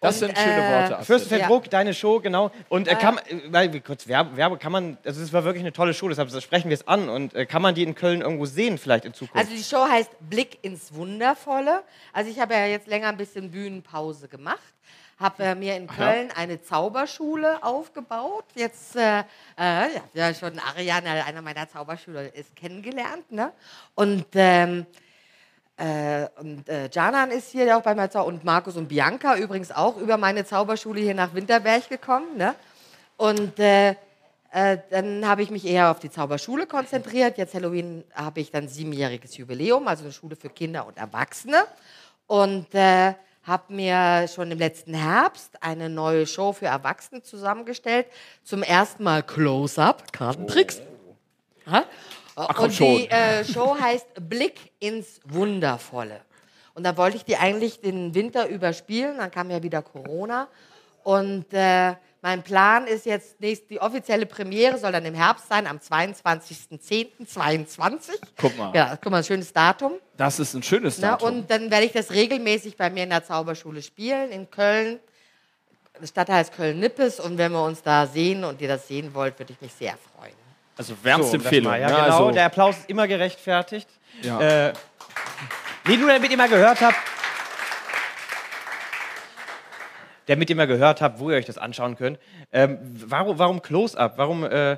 Speaker 2: Das
Speaker 4: Und,
Speaker 2: sind schöne
Speaker 4: äh,
Speaker 2: Worte. Astrid.
Speaker 1: Fürstenfeldbruck, deine Show, genau. Und äh, kann, äh, weil wir kurz Werbe, Werbe, kann man, also es war wirklich eine tolle Show, deshalb sprechen wir es an. Und äh, kann man die in Köln irgendwo sehen, vielleicht in Zukunft? Um
Speaker 4: Also die Show heißt Blick ins Wundervolle. Also ich habe ja jetzt länger ein bisschen Bühnenpause gemacht. Habe äh, mir in Köln eine Zauberschule aufgebaut. Jetzt, äh, äh, ja, ja, schon Ariane, einer meiner Zauberschüler, ist kennengelernt. Ne? Und ähm, äh, und äh, Janan ist hier ja auch bei meiner Zauber und Markus und Bianca übrigens auch über meine Zauberschule hier nach Winterberg gekommen. Ne? Und äh, äh, dann habe ich mich eher auf die Zauberschule konzentriert. Jetzt Halloween habe ich dann siebenjähriges Jubiläum, also eine Schule für Kinder und Erwachsene. Und äh, habe mir schon im letzten Herbst eine neue Show für Erwachsene zusammengestellt. Zum ersten Mal Close-Up, Kartentricks. Ha?
Speaker 2: Oh. komm
Speaker 4: und
Speaker 2: schon.
Speaker 4: die äh, Show heißt Blick ins Wundervolle. Und da wollte ich die eigentlich den Winter überspielen, dann kam ja wieder Corona. Und äh, mein Plan ist jetzt, nächst, die offizielle Premiere soll dann im Herbst sein, am 22.10.22.
Speaker 2: Guck mal.
Speaker 4: Ja, guck mal, schönes Datum.
Speaker 2: Das ist ein schönes
Speaker 4: Ne?
Speaker 2: Datum.
Speaker 4: Und dann werde ich das regelmäßig bei mir in der Zauberschule spielen, in Köln. Die Stadt heißt Köln-Nippes und wenn wir uns da sehen und ihr das sehen wollt, würde ich mich sehr freuen.
Speaker 3: Also wärmste
Speaker 2: So, das
Speaker 3: Empfehlung.
Speaker 2: war
Speaker 1: ja,
Speaker 2: na,
Speaker 1: genau.
Speaker 2: also-
Speaker 1: Der Applaus ist immer gerechtfertigt.
Speaker 2: ja.
Speaker 1: Äh, nee, nur damit ihr mal gehört habt. Damit ihr mal gehört habt, wo ihr euch das anschauen könnt. Ähm, warum warum Close-Up? Warum. Äh,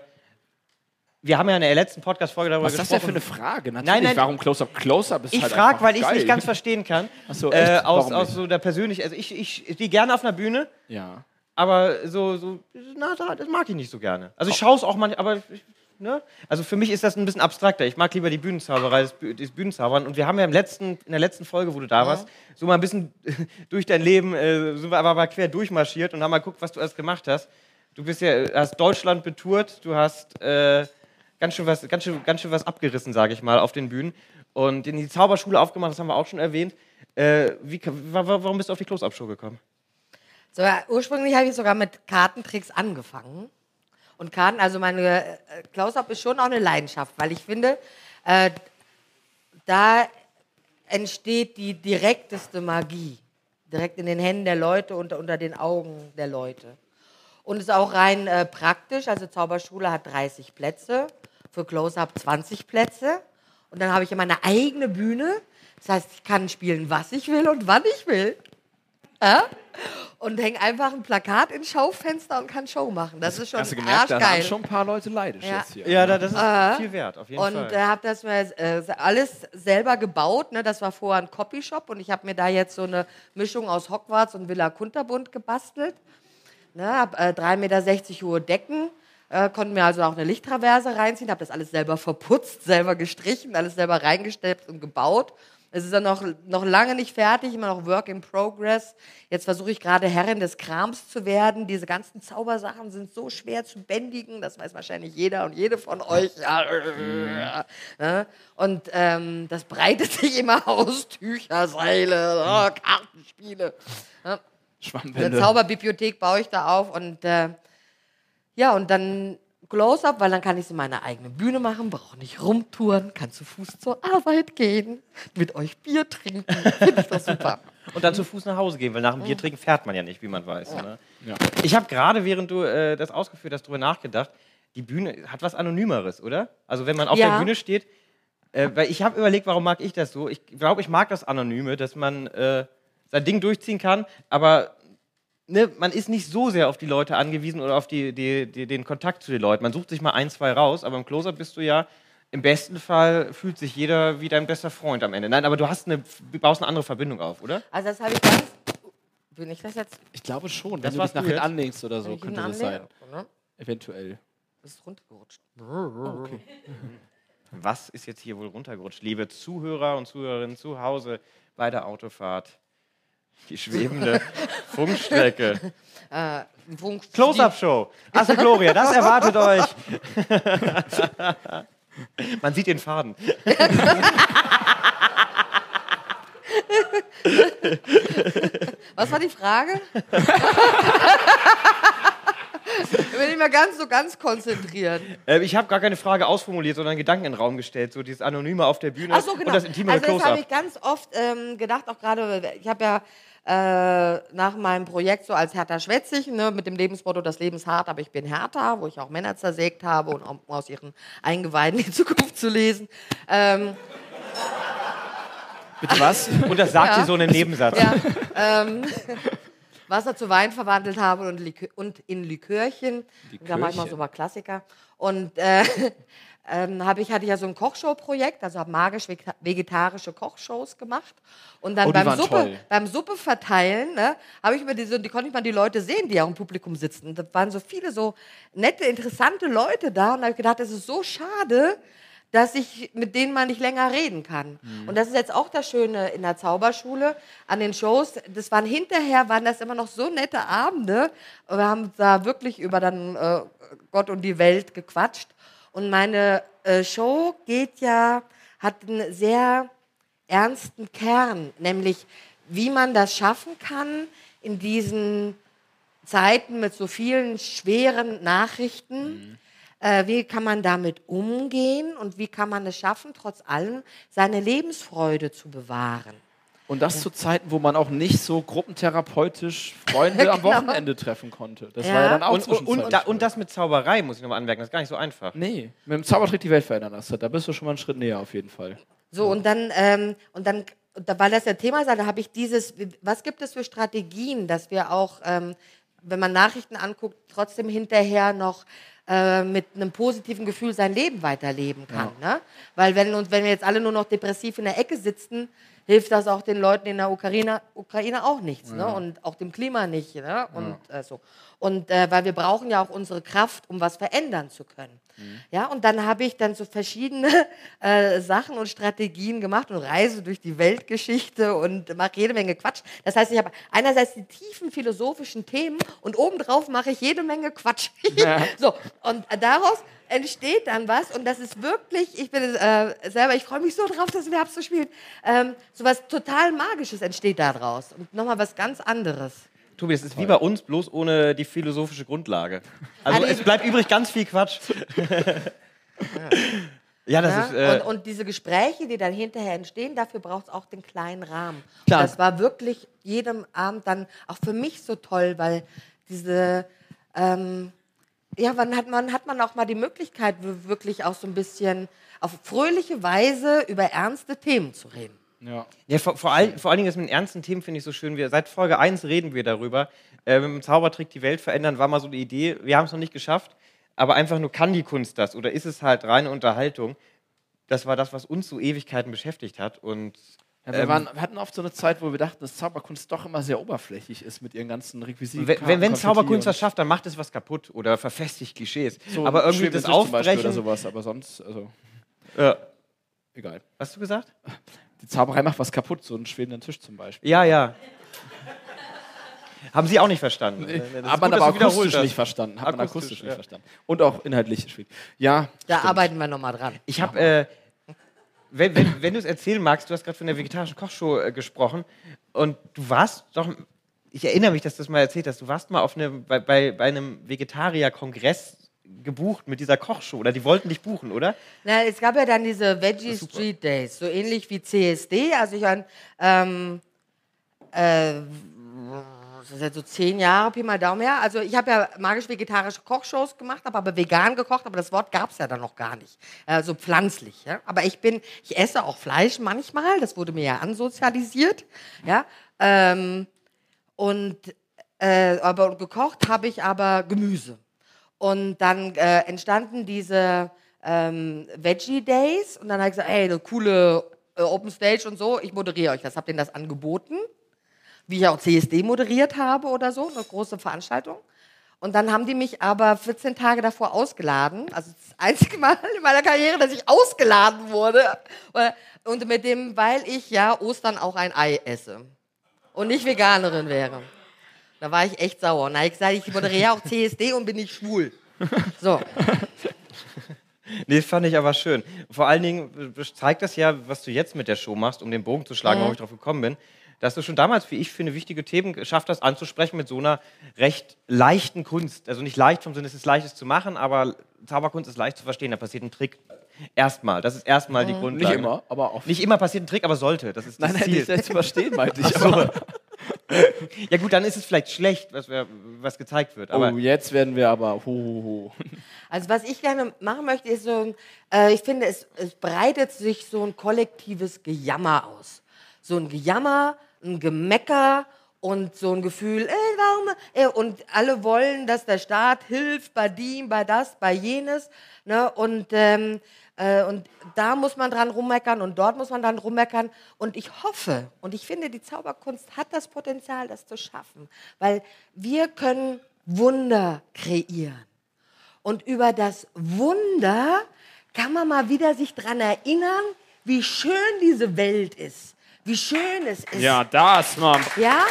Speaker 1: wir haben ja in der letzten Podcast-Folge darüber
Speaker 2: Was ist das
Speaker 1: gesprochen.
Speaker 2: denn für eine Frage? Natürlich,
Speaker 1: Nein, nein.
Speaker 2: warum Close-Up? Close-Up ist
Speaker 1: Ich
Speaker 2: halt
Speaker 1: frage,
Speaker 2: einfach
Speaker 1: weil ich es
Speaker 2: geil.
Speaker 1: nicht ganz verstehen kann.
Speaker 2: Ach so,
Speaker 1: äh,
Speaker 2: echt?
Speaker 1: aus,
Speaker 2: Warum
Speaker 1: aus
Speaker 2: nicht?
Speaker 1: so der persönlichen. Also ich, ich, ich gehe gerne auf einer Bühne,
Speaker 2: Ja.
Speaker 1: aber so, so na, da- das mag ich nicht so gerne. Also ich schaue es auch manchmal, aber ich, ne? Also für mich ist das ein bisschen abstrakter. Ich mag lieber die Bühnenzauberei, das, Bü- das Bühnenzaubern. Und wir haben ja im letzten, in der letzten Folge, wo du da warst, so mal ein bisschen durch dein Leben, äh, sind wir aber mal quer durchmarschiert und haben mal geguckt, was du alles gemacht hast. Du bist ja, hast Deutschland betourt, du hast äh, ganz schön was, ganz schön, ganz schön was abgerissen, sage ich mal, auf den Bühnen. Und in die Zauberschule aufgemacht, das haben wir auch schon erwähnt. Äh, wie, ka- wa- wa- warum bist du auf die Close-Up-Show gekommen?
Speaker 4: So, ja, ursprünglich habe ich sogar mit Kartentricks angefangen. Und Karten, also meine äh, Close-Up ist schon auch eine Leidenschaft, weil ich finde, äh, da entsteht die direkteste Magie. Direkt in den Händen der Leute und unter den Augen der Leute. Und ist auch rein äh, praktisch. Also Zauberschule hat 30 Plätze, für Close-Up 20 Plätze. Und dann habe ich ja meine eigene Bühne. Das heißt, ich kann spielen, was ich will und wann ich will. Ja? Und hänge einfach ein Plakat ins Schaufenster und kann Show machen. Das ist schon
Speaker 2: Hast du gemerkt, da waren
Speaker 4: arschgeil.
Speaker 2: schon ein paar Leute leidisch
Speaker 4: Ja.
Speaker 2: jetzt hier.
Speaker 1: Ja, da, das ist viel wert, auf jeden
Speaker 4: Und äh,
Speaker 1: Fall.
Speaker 4: habe das mir äh, alles selber gebaut. Ne? Das war vorher ein Copyshop und ich habe mir da jetzt so eine Mischung aus Hogwarts und Villa Kunterbunt gebastelt. Ne? Hab äh, 3,60 Meter hohe Decken, äh, konnte mir also auch eine Lichttraverse reinziehen, habe das alles selber verputzt, selber gestrichen, alles selber reingesteppt und gebaut. Es ist dann noch, noch lange nicht fertig, immer noch Work in Progress. Jetzt versuche ich gerade Herrin des Krams zu werden. Diese ganzen Zaubersachen sind so schwer zu bändigen, das weiß wahrscheinlich jeder und jede von euch. Ja, äh, ne? Und ähm, das breitet sich immer aus, Tücher, Seile, oh, Kartenspiele. Ne? Eine
Speaker 2: Schwammwände.
Speaker 4: Zauberbibliothek baue ich da auf und äh, ja, und dann Close-Up, weil dann kann ich es in meiner eigenen Bühne machen, brauche nicht rumtouren, kann zu Fuß zur Arbeit gehen, mit euch Bier trinken. Finde ich doch super.
Speaker 1: Und dann zu Fuß nach Hause gehen, weil nach dem Bier trinken fährt man ja nicht, wie man weiß. Ne?
Speaker 2: Ja.
Speaker 1: Ich habe gerade, während du äh, das ausgeführt hast, drüber nachgedacht, die Bühne hat was Anonymeres, oder? Also wenn man auf
Speaker 4: Ja.
Speaker 1: der Bühne steht, äh, weil ich habe überlegt, warum mag ich das so? Ich glaube, ich mag das Anonyme, dass man äh, sein Ding durchziehen kann, aber ne, man ist nicht so sehr auf die Leute angewiesen oder auf die, die, die, den Kontakt zu den Leuten. Man sucht sich mal ein, zwei raus, aber im Closer bist du ja, im besten Fall fühlt sich jeder wie dein bester Freund am Ende. Nein, aber du hast eine, du baust eine andere Verbindung auf, oder?
Speaker 4: Also das habe ich ganz... Bin ich das jetzt?
Speaker 2: Ich glaube schon, wenn
Speaker 1: Das
Speaker 2: du
Speaker 1: warst
Speaker 2: dich nach
Speaker 1: du
Speaker 2: hinten
Speaker 1: jetzt?
Speaker 2: anlegst oder so,
Speaker 4: Wenn ich ihn
Speaker 2: könnte das
Speaker 4: anlege?
Speaker 2: sein.
Speaker 4: Ne?
Speaker 2: Eventuell.
Speaker 4: Ist runtergerutscht.
Speaker 1: Was ist jetzt hier wohl runtergerutscht? Liebe Zuhörer und Zuhörerinnen zu Hause bei der Autofahrt. Die schwebende Funkstrecke.
Speaker 4: Ein Funk-
Speaker 1: Close-Up-Show. Asse Gloria, das erwartet euch. Man sieht den Faden.
Speaker 4: Was war die Frage? Über den
Speaker 7: nicht mehr ganz so ganz konzentriert.
Speaker 1: Äh, ich habe gar keine Frage ausformuliert, sondern Gedanken in den Raum gestellt. So dieses Anonyme auf der Bühne
Speaker 4: Ach so, genau.
Speaker 1: und das intime
Speaker 4: also das habe
Speaker 1: Close-Up.
Speaker 4: ich ganz oft ähm, gedacht, auch gerade, ich habe ja äh, nach meinem Projekt so als Hertha Schwätzig, ne, mit dem Lebensmotto, das Leben ist hart, aber ich bin Hertha, wo ich auch Männer zersägt habe und um aus ihren Eingeweiden die Zukunft zu lesen. Ähm,
Speaker 2: Bitte was?
Speaker 1: Und das sagt
Speaker 4: Ja.
Speaker 1: sie so in einem Nebensatz.
Speaker 4: ja, ähm, Wasser zu Wein verwandelt habe und, Likö und in Likörchen. Da mache ich mal so ein paar Klassiker. Und äh, ähm, hab ich, hatte ich ja so ein Kochshow-Projekt, also habe magisch-vegetarische Kochshows gemacht. Und dann
Speaker 2: Oh, die
Speaker 4: beim,
Speaker 2: waren
Speaker 4: Suppe,
Speaker 2: toll.
Speaker 4: beim Suppe verteilen, ne, habe ich mir diese, die konnte ich mal die Leute sehen, die auch im Publikum sitzen. Da waren so viele so nette, interessante Leute da und habe ich gedacht, es ist so schade, dass ich mit denen mal nicht länger reden kann. Und das ist jetzt auch das Schöne in der Zauberschule an den Shows. Das waren hinterher waren das immer noch so nette Abende. Wir haben da wirklich über dann äh, Gott und die Welt gequatscht. Und meine äh, Show geht ja hat einen sehr ernsten Kern, nämlich wie man das schaffen kann in diesen Zeiten mit so vielen schweren Nachrichten. Äh, wie kann man damit umgehen und wie kann man es schaffen, trotz allem seine Lebensfreude zu bewahren?
Speaker 2: Und das zu Zeiten, wo man auch nicht so gruppentherapeutisch Freunde am Wochenende treffen konnte. Das war ja
Speaker 4: Ja.
Speaker 2: dann auch
Speaker 1: Genau. Und, und, und, da,
Speaker 2: zwischenzeitlich
Speaker 1: und das mit Zauberei, muss ich nochmal anmerken, das ist gar nicht so einfach.
Speaker 2: Nee, mit dem Zaubertrick die Welt verändern hast. Da bist du schon mal einen Schritt näher auf jeden Fall.
Speaker 4: So, und dann, ähm, und dann, und da, weil das ja Thema ist, da habe ich dieses, was gibt es für Strategien, dass wir auch, ähm, wenn man Nachrichten anguckt, trotzdem hinterher noch äh, mit einem positiven Gefühl sein Leben weiterleben kann. Ne? Weil wenn, und wenn wir jetzt alle nur noch depressiv in der Ecke sitzen, hilft das auch den Leuten in der Ukraine, Ukraine auch nichts. Ne? Und auch dem Klima nicht. Ne? Und, äh, so. und äh, weil wir brauchen ja auch unsere Kraft, um was verändern zu können. Ja, und dann habe ich dann so verschiedene äh, Sachen und Strategien gemacht und reise durch die Weltgeschichte und mache jede Menge Quatsch. Das heißt, ich habe einerseits die tiefen philosophischen Themen und obendrauf mache ich jede Menge Quatsch. so, und daraus entsteht dann was und das ist wirklich, ich bin äh, selber, ich freue mich so drauf, das im Herbst zu spielen. Ähm, so was total Magisches entsteht daraus und nochmal was ganz anderes.
Speaker 1: Tobi, das ist wie bei uns, bloß ohne die philosophische Grundlage. Also
Speaker 4: Also
Speaker 1: es
Speaker 4: ich-
Speaker 1: bleibt übrig ganz viel Quatsch. ja, das
Speaker 4: Ja?
Speaker 1: ist... Äh,
Speaker 4: und, und diese Gespräche, die dann hinterher entstehen, dafür braucht es auch den kleinen Rahmen.
Speaker 2: Klar.
Speaker 4: Und das war wirklich jedem Abend dann auch für mich so toll, weil diese, ähm, ja, wann hat man, hat man auch mal die Möglichkeit, wir- wirklich auch so ein bisschen auf fröhliche Weise über ernste Themen zu reden.
Speaker 2: Ja.
Speaker 1: Ja, vor, vor, all, vor allen Dingen das mit den ernsten Themen finde ich so schön. Wir, seit Folge 1 reden wir darüber. Äh, mit dem Zaubertrick die Welt verändern war mal so die Idee. Wir haben es noch nicht geschafft, aber einfach nur kann die Kunst das oder ist es halt reine Unterhaltung? Das war das, was uns so Ewigkeiten beschäftigt hat. Und
Speaker 2: Ja, wir,
Speaker 1: Ähm,
Speaker 2: waren, wir hatten oft so eine Zeit, wo wir dachten, dass Zauberkunst doch immer sehr oberflächlich ist mit ihren ganzen Requisiten.
Speaker 1: wenn, wenn, wenn
Speaker 2: Karten,
Speaker 1: Zauberkunst
Speaker 2: Konfetti
Speaker 1: das schafft, dann macht es was kaputt oder verfestigt Klischees.
Speaker 2: und so
Speaker 1: aber irgendwie
Speaker 2: Schwebe
Speaker 1: das
Speaker 2: Tisch zum Beispiel
Speaker 1: Aufbrechen.
Speaker 2: Oder sowas, aber sonst, also,
Speaker 1: äh,
Speaker 2: egal.
Speaker 1: hast du gesagt?
Speaker 2: Die Zauberei macht was kaputt, so einen schwebenden Tisch zum Beispiel.
Speaker 1: Ja, ja. Haben Sie auch nicht verstanden. Äh, das ist
Speaker 2: hat man
Speaker 1: gut, dass
Speaker 2: aber
Speaker 1: du wiederholt
Speaker 2: akustisch
Speaker 1: hast.
Speaker 2: nicht verstanden. Hat man
Speaker 1: Akustisch,
Speaker 2: akustisch nicht
Speaker 1: ja.
Speaker 2: verstanden. Und auch inhaltlich schwierig. Ja,
Speaker 4: Da arbeiten wir nochmal dran.
Speaker 1: Ich habe, äh, wenn, wenn, wenn du es erzählen magst, du hast gerade von der vegetarischen Kochshow äh, gesprochen und du warst doch, ich erinnere mich, dass du das mal erzählt hast, du warst mal auf einem, bei, bei, bei einem Vegetarier-Kongress gebucht mit dieser Kochshow oder die wollten dich buchen, oder?
Speaker 4: Na, es gab ja dann diese Veggie Street Days, so ähnlich wie CSD. Also ich meine, ähm, äh, das ist jetzt so zehn Jahre, Pi mal Daumen her. Also ich habe ja magisch-vegetarische Kochshows gemacht, habe aber vegan gekocht, aber das Wort gab es ja dann noch gar nicht. Äh, so pflanzlich. Ja? Aber ich bin, ich esse auch Fleisch manchmal, das wurde mir ja ansozialisiert. Ja? Ähm, und äh, aber gekocht habe ich aber Gemüse. Und dann äh, entstanden diese ähm, Veggie Days und dann habe ich gesagt, ey, eine coole äh, Open Stage und so, ich moderiere euch das. Hab denen das angeboten, wie ich auch CSD moderiert habe oder so, eine große Veranstaltung. Und dann haben die mich aber 14 Tage davor ausgeladen. Also das einzige Mal in meiner Karriere, dass ich ausgeladen wurde. Und mit dem, weil ich ja Ostern auch ein Ei esse und nicht Veganerin wäre. Da war ich echt sauer. Na, ich sage, ich moderiere auch CSD und bin nicht schwul. So,
Speaker 1: Nee, fand ich aber schön. Vor allen Dingen äh, zeigt das ja, was du jetzt mit der Show machst, um den Bogen zu schlagen, warum ich drauf gekommen bin. dass du schon damals, wie ich finde, wichtige Themen geschafft hast, anzusprechen mit so einer recht leichten Kunst. Also nicht leicht vom Sinne, es ist leicht, es zu machen, aber Zauberkunst ist leicht zu verstehen. Da passiert ein Trick erstmal. Das ist erstmal die Grundlage.
Speaker 2: Nicht immer, aber oft.
Speaker 1: Nicht immer passiert ein Trick, aber sollte. Das ist das
Speaker 2: Nein, nein,
Speaker 1: Ziel.
Speaker 2: nicht selbst verstehen, meinte ich. Aber,
Speaker 1: Ja gut, dann ist es vielleicht schlecht, was, wir, was gezeigt wird. Aber
Speaker 2: oh, jetzt werden wir aber. Ho, ho, ho.
Speaker 4: Also was ich gerne machen möchte, ist so, ein- äh, ich finde, es, es breitet sich so ein kollektives Gejammer aus. So ein Gejammer, ein Gemecker und so ein Gefühl, äh, warum? Äh, und alle wollen, dass der Staat hilft bei dem, bei das, bei jenes. Ne? Und, ähm, äh, und da muss man dran rummeckern und dort muss man dran rummeckern. Und ich hoffe und ich finde, die Zauberkunst hat das Potenzial, das zu schaffen. Weil wir können Wunder kreieren. Und über das Wunder kann man mal wieder sich dran erinnern, wie schön diese Welt ist. Wie schön es ist.
Speaker 3: Ja, das, Mann.
Speaker 4: Ja?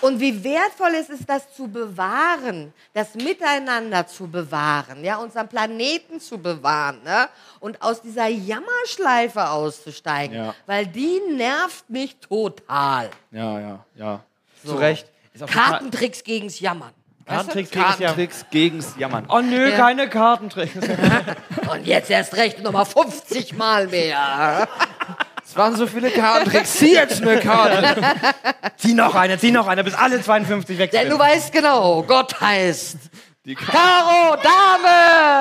Speaker 4: Und wie wertvoll es ist, das zu bewahren, das Miteinander zu bewahren, ja, unseren Planeten zu bewahren, ne? Und aus dieser Jammerschleife auszusteigen,
Speaker 2: Ja.
Speaker 4: weil die nervt mich total.
Speaker 2: Ja, ja, ja.
Speaker 1: zu Recht. Ist auch total-
Speaker 4: Kartentricks gegens Jammern.
Speaker 1: Kartentricks krieg ich ja.
Speaker 2: Kartentricks gegens Jammern.
Speaker 1: Oh nö,
Speaker 4: Ja.
Speaker 1: keine Kartentricks.
Speaker 4: Und jetzt erst recht nochmal 50 Mal mehr.
Speaker 2: Es waren so viele Kartentricks. Zieh jetzt eine Karte.
Speaker 1: zieh noch eine, zieh noch eine, bis alle 52 weg
Speaker 4: Denn du
Speaker 1: sind.
Speaker 4: weißt genau, Gott heißt
Speaker 2: Die Ka
Speaker 4: Karo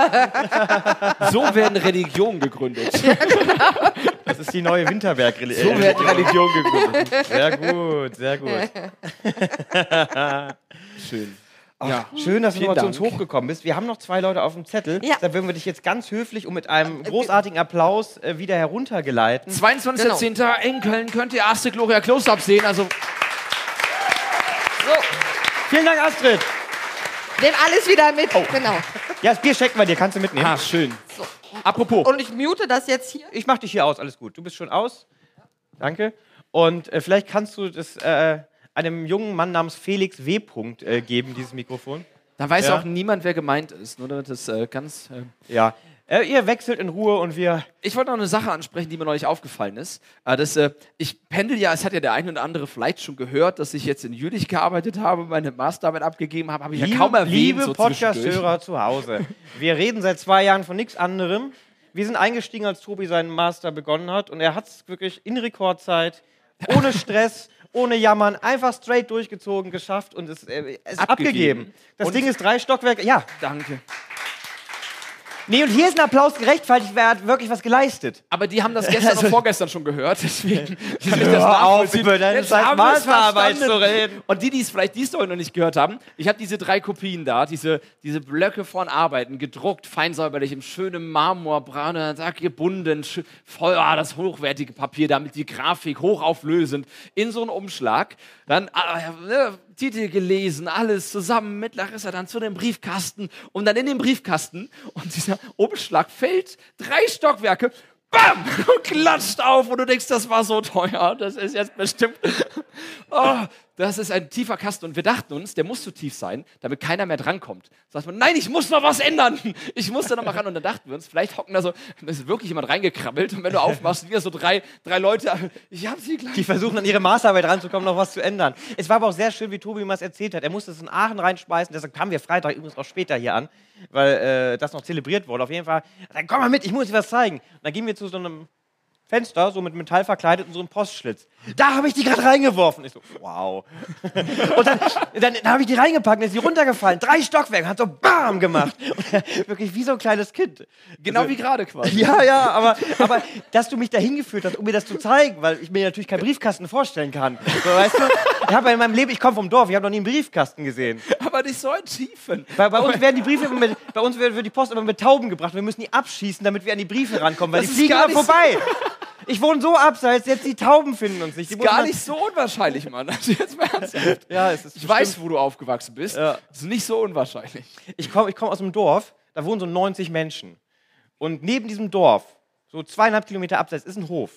Speaker 4: Dame.
Speaker 2: so werden Religionen gegründet.
Speaker 1: Das ist die neue winterberg äh,
Speaker 2: So wird Religion gegründet.
Speaker 1: Sehr gut, sehr gut.
Speaker 2: Schön.
Speaker 1: Ja. Schön, dass du
Speaker 2: Vielen
Speaker 1: nochmal zu uns
Speaker 2: Dank.
Speaker 1: hochgekommen bist. Wir haben noch zwei Leute auf dem Zettel.
Speaker 4: Ja.
Speaker 1: Da würden wir dich jetzt ganz höflich und mit einem großartigen Applaus äh, wieder heruntergeleiten.
Speaker 2: Genau.
Speaker 3: 22.10. in Köln könnt ihr Aste Gloria Close-Up sehen. Also
Speaker 1: Vielen Dank, Astrid.
Speaker 4: Nimm alles wieder mit. Genau.
Speaker 1: Ja, das Bier schenken wir dir. Kannst du mitnehmen?
Speaker 2: Ah, schön.
Speaker 3: Apropos,
Speaker 4: Und ich mute das jetzt hier.
Speaker 1: Ich mach dich hier aus. Alles gut. Du bist schon aus. Danke. Und äh, vielleicht kannst du das äh, einem jungen Mann namens Felix W. Punkt, äh, geben, dieses Mikrofon.
Speaker 2: Da weiß
Speaker 1: Ja.
Speaker 2: auch niemand, wer gemeint ist. Nur damit das äh, ganz. Äh
Speaker 1: Ja. Äh, ihr wechselt in Ruhe und wir
Speaker 2: ich wollte noch eine Sache ansprechen, die mir neulich aufgefallen ist. Äh, das, äh, ich pendel ja, es hat ja der eine oder andere vielleicht schon gehört, dass ich jetzt in Jülich gearbeitet habe, meine Masterarbeit abgegeben habe, habe ich ja kaum erwähnt.
Speaker 1: liebe
Speaker 2: so zwischendurch.
Speaker 1: Podcast-Hörer zu Hause, wir reden seit zwei Jahren von nichts anderem. Wir sind eingestiegen, als Tobi seinen Master begonnen hat und er hat es wirklich in Rekordzeit, ohne Stress, ohne Jammern, einfach straight durchgezogen, geschafft und es, äh, es abgegeben.
Speaker 2: Abgegeben.
Speaker 1: abgegeben. Das Ding ist drei Stockwerke, ja.
Speaker 2: Danke.
Speaker 1: Nee, und hier ist ein Applaus gerechtfertigt, wer hat wirklich was geleistet.
Speaker 3: aber die haben das gestern und vorgestern schon gehört. Deswegen die sich das
Speaker 1: Hör auf,
Speaker 3: nachvollziehen.
Speaker 1: über deine
Speaker 3: Jetzt haben wir es
Speaker 1: Masterarbeit
Speaker 3: verstanden.
Speaker 1: zu reden.
Speaker 2: Und die, die es vielleicht die Story noch nicht gehört haben, ich habe diese drei Kopien da, diese, diese Blöcke von Arbeiten, gedruckt, feinsäuberlich, im schönen Marmor, brauner Sack gebunden, schö- voll, ah, das hochwertige Papier, damit die Grafik hochauflösend, in so einen Umschlag. Dann ah, ja, ne, Titel gelesen, alles zusammen mit Larissa, dann zu dem Briefkasten und dann in den Briefkasten. Und dieser Umschlag fällt drei Stockwerke. Bam! Und klatscht auf und du denkst, das war so teuer. Das ist jetzt bestimmt. Oh, das ist ein tiefer Kasten und wir dachten uns, der muss zu tief sein, damit keiner mehr drankommt. Sagt man, nein, ich muss noch was ändern. Ich muss da noch mal ran. Und dann dachten wir uns, vielleicht hocken da so, da ist wirklich jemand reingekrabbelt und wenn du aufmachst, sind wieder so drei, drei Leute. Ich hab sie gleich.
Speaker 1: Die versuchen an ihre Maßarbeit ranzukommen, noch was zu ändern. Es war aber auch sehr schön, wie Tobi mir das erzählt hat. Er musste es in Aachen reinschmeißen, deshalb kamen wir Freitag übrigens auch später hier an, weil äh, das noch zelebriert wurde. Auf jeden Fall, er sagt, komm mal mit, ich muss dir was zeigen. Und dann gehen wir zu so einem Fenster, so mit Metall verkleidet und so einem Postschlitz. Da habe ich die gerade reingeworfen. Ich so, wow. Und dann, dann, dann habe ich die reingepackt und ist die runtergefallen. Drei Stockwerke, hat so BAM gemacht. Und er, wirklich wie so ein kleines Kind.
Speaker 2: Genau wie gerade quasi.
Speaker 1: Ja, ja, aber, aber dass du mich dahin geführt hast, um mir das zu zeigen, weil ich mir natürlich keinen Briefkasten vorstellen kann. So, weißt du? Ich habe in meinem Leben, ich komme vom Dorf, ich habe noch nie einen Briefkasten gesehen.
Speaker 2: Aber nicht so in Tiefen.
Speaker 1: Bei, bei uns werden die Briefe immer mit, bei uns wird, wird die Post immer mit Tauben gebracht. Wir müssen die abschießen, damit wir an die Briefe rankommen, weil
Speaker 2: Das
Speaker 1: die
Speaker 2: ist
Speaker 1: fliegen
Speaker 2: gar
Speaker 1: immer
Speaker 2: nicht so-
Speaker 1: vorbei. Ich wohne so abseits, jetzt die Tauben finden uns nicht. Die
Speaker 2: Gar
Speaker 1: muss
Speaker 2: nicht so unwahrscheinlich, Mann. Also jetzt mal ernsthaft.
Speaker 1: man- Ja, es ist
Speaker 2: Ich weiß, wo du aufgewachsen bist.
Speaker 1: Ja.
Speaker 2: Das ist nicht so unwahrscheinlich.
Speaker 1: ich komme ich komm aus einem Dorf, da wohnen so 90 Menschen. Und neben diesem Dorf, so zweieinhalb Kilometer abseits, ist ein Hof.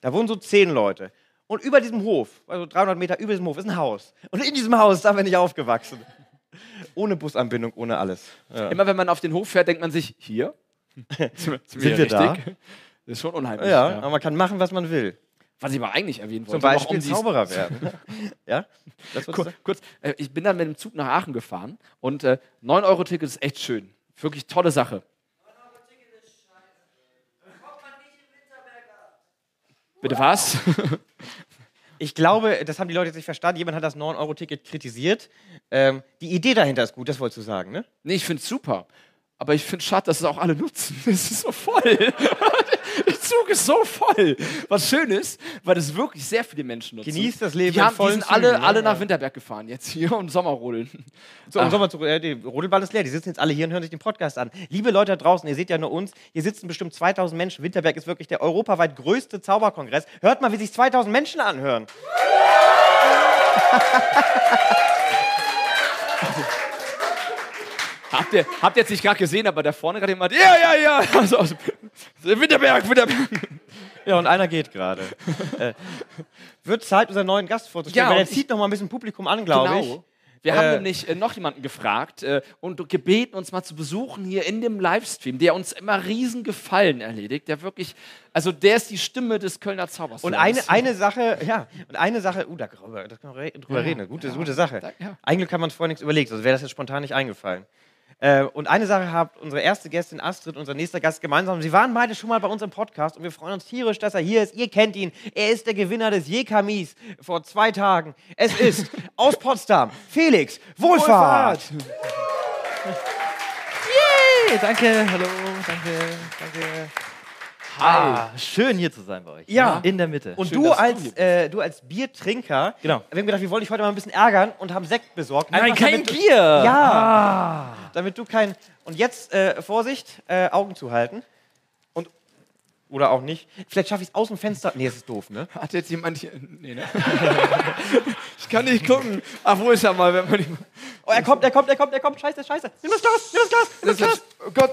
Speaker 1: Da wohnen so zehn Leute. Und über diesem Hof, also 300 Meter über diesem Hof, ist ein Haus. Und in diesem Haus, da bin ich aufgewachsen. Ohne Busanbindung, ohne alles.
Speaker 2: Immer wenn man auf den Hof fährt, denkt man sich, hier? Sind
Speaker 1: wir da?
Speaker 2: Das ist schon unheimlich.
Speaker 1: Ja,
Speaker 2: ja.
Speaker 1: aber man kann machen, was man will.
Speaker 2: Was ich aber eigentlich erwähnen wollte, um
Speaker 1: Zum Beispiel
Speaker 2: warum sie es-
Speaker 1: Zauberer werden. ja? Das
Speaker 2: Kur kurz, äh, ich bin dann mit dem Zug nach Aachen gefahren und äh, 9-Euro-Ticket ist echt schön. Wirklich tolle Sache. Bitte was?
Speaker 1: Ich glaube, das haben die Leute jetzt nicht verstanden. Jemand hat das 9-Euro-Ticket kritisiert. Ähm, die Idee dahinter ist gut, das wolltest du sagen, ne?
Speaker 2: nee, ich finde es super. Aber ich finde es schade, dass es auch alle nutzen. Es ist so voll. Der Zug ist so voll. Was schön ist, weil das wirklich sehr viele Menschen nutzen.
Speaker 1: Genießt das Leben
Speaker 2: Die,
Speaker 1: in
Speaker 2: haben, die
Speaker 1: vollen
Speaker 2: sind alle,
Speaker 1: Zügen, ne?
Speaker 2: alle nach Winterberg gefahren jetzt hier und Sommerrodeln.
Speaker 1: So, im Sommer zu, äh, die Rodelbahn ist leer. Die sitzen jetzt alle hier und hören sich den Podcast an. Liebe Leute da draußen, ihr seht ja nur uns. Hier sitzen bestimmt 2000 Menschen. Winterberg ist wirklich der europaweit größte Zauberkongress. Hört mal, wie sich 2000 Menschen anhören.
Speaker 2: Habt ihr, habt ihr jetzt nicht gerade gesehen, aber da vorne gerade jemand, ja, ja, ja, also, aus- Winterberg, Winterberg.
Speaker 1: Ja, und einer geht gerade. äh, wird Zeit, unseren neuen Gast vorzustellen.
Speaker 2: Ja,
Speaker 1: weil er
Speaker 2: und ich-
Speaker 1: zieht noch mal ein bisschen Publikum an, glaube ich.
Speaker 2: Wir haben
Speaker 1: Äh,
Speaker 2: nämlich äh, noch jemanden gefragt äh, und gebeten, uns mal zu besuchen hier in dem Livestream, der uns immer riesen Gefallen erledigt, der wirklich, also der ist die Stimme des Kölner Zaubers.
Speaker 1: Und eine, eine Sache, ja, und eine Sache, uh, darüber, da können wir re- drüber reden, gute, gute Sache.
Speaker 2: da- ja.
Speaker 1: Eigentlich kann man uns vorher nichts überlegt, also wäre das jetzt spontan nicht eingefallen. Äh, und eine Sache habt unsere erste Gästin Astrid, unser nächster Gast gemeinsam. Sie waren beide schon mal bei uns im Podcast und wir freuen uns tierisch, dass er hier ist. Ihr kennt ihn. Er ist der Gewinner des Jekamis vor zwei Tagen. Es ist aus Potsdam Felix Wohlfahrt.
Speaker 3: Hey, danke, hallo, danke, danke. Ah, schön hier zu sein bei euch. ne?
Speaker 1: Ja.
Speaker 3: In der Mitte.
Speaker 1: Und
Speaker 2: Schön,
Speaker 1: du
Speaker 2: dass du hier
Speaker 1: als,
Speaker 2: bist.
Speaker 1: äh, du als Biertrinker,
Speaker 3: Genau.
Speaker 1: wir haben gedacht, wir wollen dich heute mal ein bisschen ärgern und haben Sekt besorgt.
Speaker 3: Nein,
Speaker 1: Einfach
Speaker 3: kein
Speaker 1: damit du-
Speaker 3: Bier.
Speaker 1: Ja.
Speaker 2: Ah.
Speaker 1: Damit du kein. Und jetzt äh, Vorsicht, äh, Augen zu halten. Und. Oder auch nicht. Vielleicht schaffe ich es aus dem Fenster. Nee, das ist doof, ne?
Speaker 2: Hat jetzt jemand hier. Nee, ne? ich kann nicht gucken. Ach, wo ist er mal, wenn man die-
Speaker 1: Oh, er kommt, er kommt, er kommt, er kommt. Scheiße, scheiße. Nimm das Glas, nimm das Glas, nimm das Glas.
Speaker 2: Oh Gott.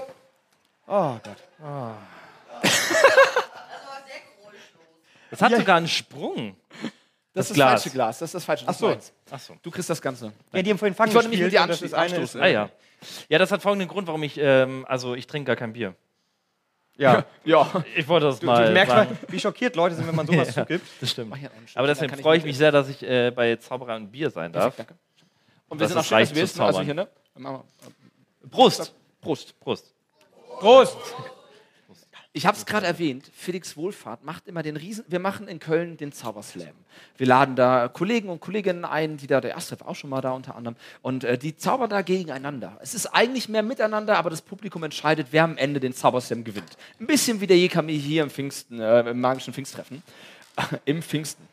Speaker 1: Oh Gott.
Speaker 3: Das hat sogar einen Sprung.
Speaker 2: Das, ist
Speaker 3: Glas.
Speaker 2: das falsche Glas. Das ist das falsche. Das
Speaker 1: Ach so.
Speaker 2: ist meins.
Speaker 3: Ach so.
Speaker 2: Du kriegst das Ganze.
Speaker 1: Ja, die haben vorhin Fang
Speaker 2: Ich wollte mich mit
Speaker 1: gespielt
Speaker 2: dir
Speaker 1: und das ist
Speaker 2: anschließen.
Speaker 1: eine-
Speaker 2: anstoßen.
Speaker 3: Ah ja. Ja, das hat folgenden Grund, warum ich, ähm, also ich trinke gar kein Bier.
Speaker 1: Ja.
Speaker 2: Ja.
Speaker 3: Ich wollte das
Speaker 1: Du,
Speaker 3: mal
Speaker 1: du merkst mal,
Speaker 3: sagen.
Speaker 1: wie schockiert Leute sind, wenn man sowas zugibt.
Speaker 3: Das stimmt.
Speaker 2: Mach hier einen Schluck,
Speaker 3: Aber
Speaker 2: dann
Speaker 3: deswegen
Speaker 2: kann ich
Speaker 3: freue ich
Speaker 2: mit-
Speaker 3: mich sehr, dass ich äh, bei Zauberer und Bier sein darf.
Speaker 2: Perfekt, danke. Und wir
Speaker 3: Das
Speaker 2: sind auch
Speaker 3: ist
Speaker 2: schön, dass
Speaker 3: reich
Speaker 2: wir
Speaker 3: zu
Speaker 2: wissen. Also
Speaker 3: zaubern.
Speaker 2: hier, ne? Dann machen wir-
Speaker 3: Prost!
Speaker 2: Prost.
Speaker 3: Prost.
Speaker 1: Prost!
Speaker 2: Ich habe es gerade erwähnt, Felix Wohlfahrt macht immer den Riesen. Wir machen in Köln den Zauberslam. Wir laden da Kollegen und Kolleginnen ein, die da, der Astrid war auch schon mal da unter anderem, und äh, die zaubern da gegeneinander. Es ist eigentlich mehr miteinander, aber das Publikum entscheidet, wer am Ende den Zauberslam gewinnt. Ein bisschen wie der Jekami hier im Pfingsten, äh, im magischen Pfingsttreffen. Im Pfingsten.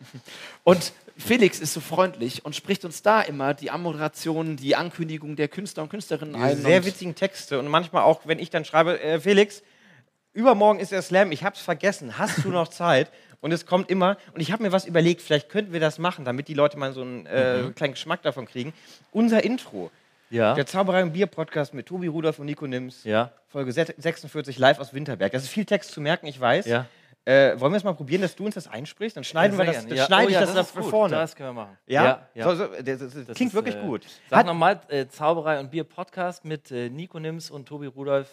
Speaker 2: Und Felix ist so freundlich und spricht uns da immer die Ammoderation, die Ankündigung der Künstler und Künstlerinnen ein.
Speaker 1: sehr
Speaker 2: und
Speaker 1: witzigen Texte und manchmal auch, wenn ich dann schreibe, äh, Felix, übermorgen ist der Slam, ich hab's vergessen, hast du noch Zeit? Und es kommt immer, und ich habe mir was überlegt, vielleicht könnten wir das machen, damit die Leute mal so einen äh, kleinen Geschmack davon kriegen. Unser Intro,
Speaker 3: Mhm. Ja.
Speaker 1: der Zauberei und Bier Podcast mit Tobi Rudolf und Nico Nims,
Speaker 3: Ja.
Speaker 1: Folge se- 46 live aus Winterberg. Das ist viel Text zu merken, ich weiß.
Speaker 3: Ja.
Speaker 1: Äh, wollen wir es mal probieren, dass du uns das einsprichst? Dann schneiden wir
Speaker 3: Sehr
Speaker 1: das,
Speaker 3: gerne.
Speaker 1: dann
Speaker 3: Ja.
Speaker 1: schneide
Speaker 3: Oh
Speaker 1: ich
Speaker 3: ja,
Speaker 1: das,
Speaker 3: ist
Speaker 1: da
Speaker 3: gut.
Speaker 1: vorne.
Speaker 3: Das können wir machen.
Speaker 1: ja,
Speaker 3: ja.
Speaker 1: So, so, das, das, das
Speaker 3: Das
Speaker 1: klingt
Speaker 3: ist,
Speaker 1: wirklich
Speaker 3: äh,
Speaker 1: gut.
Speaker 3: Sag nochmal, äh, Zauberei und Bier Podcast mit äh, Nico Nims und Tobi Rudolf,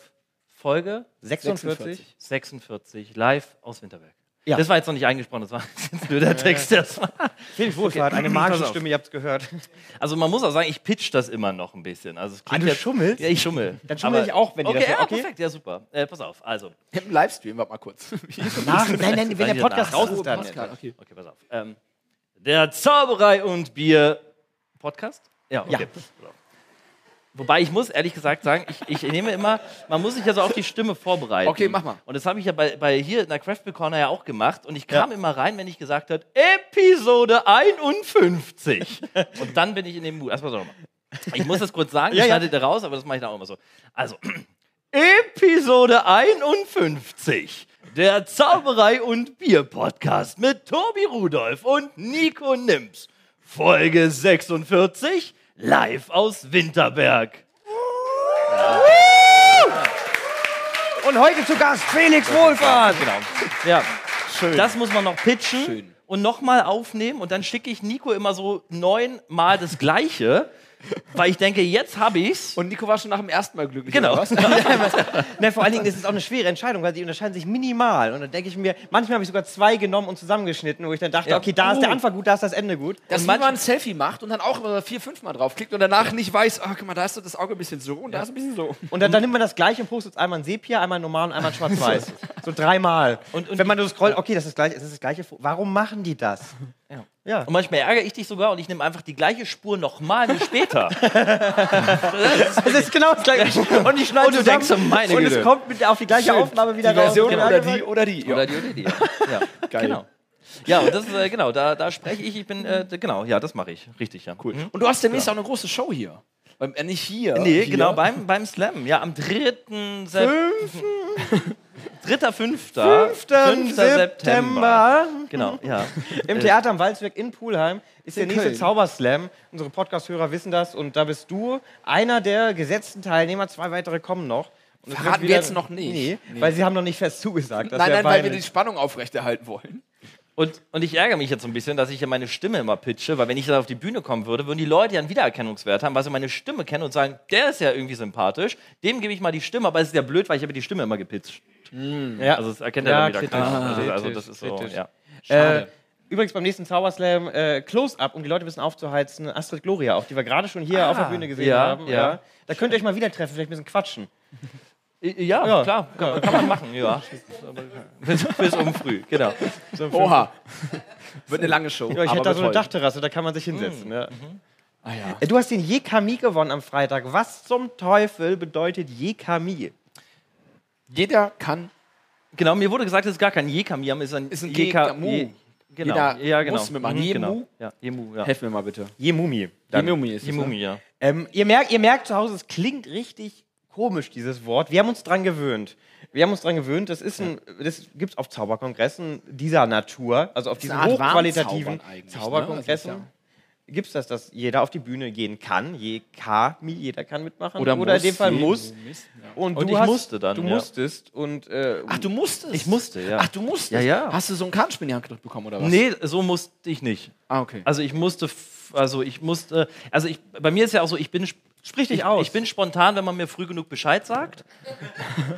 Speaker 3: Folge
Speaker 1: 46.
Speaker 3: 46, live aus Winterberg.
Speaker 1: Ja.
Speaker 3: Das war jetzt noch nicht eingesprochen, das war jetzt nur der Text erstmal.
Speaker 1: Felix Wohlfahrt, eine
Speaker 3: Pass
Speaker 1: magische
Speaker 3: auf.
Speaker 1: Stimme, ihr habt's gehört.
Speaker 3: Also man muss auch sagen, ich pitch das immer noch ein bisschen. Also es klingt
Speaker 1: Ah, du
Speaker 3: jetzt-
Speaker 1: schummelst?
Speaker 3: Ja, ich schummel.
Speaker 1: Dann schummel ich auch, wenn die
Speaker 3: okay,
Speaker 1: das-
Speaker 3: ja,
Speaker 1: okay.
Speaker 3: perfekt, ja super. Äh, pass auf, also.
Speaker 2: Im Livestream, warte mal kurz.
Speaker 1: Nach, nein, nein, wenn
Speaker 3: Dann
Speaker 1: der
Speaker 3: hier
Speaker 1: Podcast
Speaker 3: nach.
Speaker 1: raus ist, dann.
Speaker 2: Pascal, okay.
Speaker 3: Okay, pass auf. Ähm, der Zauberei und Bier Podcast? Ja, okay.
Speaker 1: Ja.
Speaker 3: Wobei ich muss ehrlich gesagt sagen, ich, ich nehme immer, man muss sich ja so auf die Stimme vorbereiten.
Speaker 2: Okay, mach mal.
Speaker 3: Und das habe ich ja bei, bei hier in der Craft Beer Corner ja auch gemacht. Und ich kam immer rein, wenn ich gesagt hat, Episode 51. und dann bin ich in dem Mut. Also, pass auf, nochmal. ich muss das kurz sagen, ich
Speaker 1: Ja, ja.
Speaker 3: schneide da raus, aber das mache ich dann auch immer so. Also, Episode 51. Der Zauberei und Bier Podcast mit Tobi Rudolf und Nico Nims. Folge 46, live aus Winterberg.
Speaker 1: Und heute zu Gast Felix Wohlfahrt.
Speaker 3: Genau. Ja. Schön. Das muss man noch pitchen und nochmal aufnehmen und dann schicke ich Nico immer so neunmal das Gleiche. Weil ich denke, jetzt habe ich's.
Speaker 2: Und Nico war schon nach dem ersten Mal glücklich.
Speaker 1: Genau.
Speaker 2: oder was? Hast
Speaker 1: Na, vor allen Dingen ist es auch eine schwere Entscheidung, weil die unterscheiden sich minimal. Und dann denke ich mir, manchmal habe ich sogar zwei genommen und zusammengeschnitten, wo ich dann dachte, okay, da ist der Anfang gut, da ist Oh. das Ende gut.
Speaker 2: du
Speaker 1: und
Speaker 2: mal
Speaker 1: manchmal,
Speaker 2: ein Selfie macht und dann auch immer vier, fünf Mal draufklickt und danach nicht weiß, ah, guck mal, da ist so das Auge ein bisschen so und da ist ein bisschen so.
Speaker 1: und dann, dann nimmt man das gleiche und postet einmal ein Sepia, einmal ein normal und einmal ein schwarz-weiß. so dreimal. Und, wenn man so scrollt, okay, das ist, gleich, das ist das gleiche. Fo- Warum machen die das? Ja.
Speaker 3: Und manchmal ärgere ich dich sogar und ich nehme einfach die gleiche Spur nochmal wie später.
Speaker 1: Es ist genau das gleiche. Und ich schneide
Speaker 3: Und du denkst so, meine
Speaker 1: Und es
Speaker 3: Güte.
Speaker 1: kommt mit, auf die gleiche Aufnahme wieder raus. Genau.
Speaker 2: oder die. Ja.
Speaker 3: Oder die oder die. Ja, ja. genau. Ja, und das ist, äh, genau, da, da spreche ich, ich bin, äh, d- genau, ja, das mache ich, richtig, ja. Cool.
Speaker 2: Und du hast demnächst auch eine große Show hier. Ähm, äh, nicht hier.
Speaker 3: Nee,
Speaker 2: hier.
Speaker 3: genau, beim, beim Slam, ja, am 3. September. 3. 5. 5. September. Genau, ja.
Speaker 1: Im
Speaker 2: Äh,
Speaker 1: Theater am Walzwerk in Pulheim ist der nächste Zauberslam. Unsere Podcast-Hörer wissen das. Und da bist du einer der gesetzten Teilnehmer. Zwei weitere kommen noch. Und es
Speaker 2: Verraten
Speaker 1: wird
Speaker 2: wir jetzt noch nicht.
Speaker 1: Nee, weil sie haben noch nicht fest zugesagt. Das
Speaker 2: Nein,
Speaker 1: wär
Speaker 2: nein, weil wir die
Speaker 1: peinlich.
Speaker 2: Spannung aufrechterhalten wollen.
Speaker 3: Und, und ich ärgere mich jetzt so ein bisschen, dass ich ja meine Stimme immer pitche, weil wenn ich dann auf die Bühne kommen würde, würden die Leute ja einen Wiedererkennungswert haben, weil sie meine Stimme kennen und sagen, der ist ja irgendwie sympathisch, dem gebe ich mal die Stimme, aber es ist ja blöd, weil ich habe die Stimme immer gepitcht.
Speaker 1: Ja.
Speaker 3: Also das erkennt
Speaker 1: Hm. Ja,
Speaker 3: ja, dann wieder
Speaker 1: kritisch.
Speaker 3: keiner. Also,
Speaker 1: Ah,
Speaker 3: also
Speaker 1: kritisch,
Speaker 3: das ist so,
Speaker 1: kritisch.
Speaker 3: ja.
Speaker 1: äh, übrigens beim nächsten Zauberslam äh, Close-Up, um die Leute ein bisschen aufzuheizen. Astrid Gloria, auf die wir gerade schon hier
Speaker 2: Ah.
Speaker 1: auf der Bühne gesehen
Speaker 3: ja,
Speaker 1: haben.
Speaker 3: ja.
Speaker 1: Da könnt ihr euch mal wieder treffen, vielleicht ein bisschen quatschen.
Speaker 3: Äh, Ja, klar, kann, man- kann man machen, ja. bis, bis um früh, genau.
Speaker 2: Oha. Wird eine lange Show.
Speaker 1: Ja, ich
Speaker 3: Aber
Speaker 1: hätte da so eine
Speaker 3: toll.
Speaker 1: Dachterrasse, da kann man sich hinsetzen.
Speaker 2: Mm.
Speaker 1: Ja.
Speaker 2: Mhm. Ah,
Speaker 1: Äh, Du hast den Jekami gewonnen am Freitag. Was zum Teufel bedeutet Jekami?
Speaker 2: Jeder kann,
Speaker 3: Genau, mir wurde gesagt, es ist gar kein Jekamiam, es ist ein,
Speaker 2: Ist ein
Speaker 3: Jeka-
Speaker 2: Jekamu.
Speaker 3: Je- Genau.
Speaker 2: Jeder
Speaker 3: ja, genau.
Speaker 2: muss mitmachen.
Speaker 3: Mhm,
Speaker 2: Jemu?
Speaker 3: genau. Ja, Jemu, ja.
Speaker 2: helf mir mal bitte.
Speaker 1: Jemumi.
Speaker 2: Die Mumi ist es, ne?
Speaker 3: Jemumi, ja.
Speaker 1: Ähm, ihr, merkt, ihr merkt zu Hause, es klingt richtig komisch, dieses Wort. Wir haben uns dran gewöhnt. Wir haben uns dran gewöhnt, das ist ein, das gibt's auf Zauberkongressen dieser Natur, also auf diesen
Speaker 2: eine Art
Speaker 1: hochqualitativen
Speaker 2: Warnzaubern eigentlich, ne?
Speaker 1: Zauberkongressen. Gibt es das, dass jeder auf die Bühne gehen kann? Jekami, jeder kann mitmachen?
Speaker 2: Oder
Speaker 1: Oder in
Speaker 2: muss.
Speaker 1: dem Fall
Speaker 2: Je-
Speaker 1: muss. Und,
Speaker 3: Und
Speaker 1: du
Speaker 3: ich
Speaker 1: hast,
Speaker 3: musste dann,
Speaker 1: Du
Speaker 3: ja.
Speaker 1: musstest und äh,
Speaker 2: Ach, du musstest.
Speaker 3: Ich musste, ja.
Speaker 2: Ach, du musstest.
Speaker 3: Ja, ja.
Speaker 2: Hast du so einen Kartenspiel in die Hand gedrückt bekommen oder was?
Speaker 3: Nee, so musste ich nicht.
Speaker 2: Ah, okay.
Speaker 3: Also ich musste, f- also ich musste, also ich, bei mir ist ja auch so, ich bin, sp-
Speaker 1: sprich dich
Speaker 3: ich,
Speaker 1: aus.
Speaker 3: ich bin spontan, wenn man mir früh genug Bescheid sagt.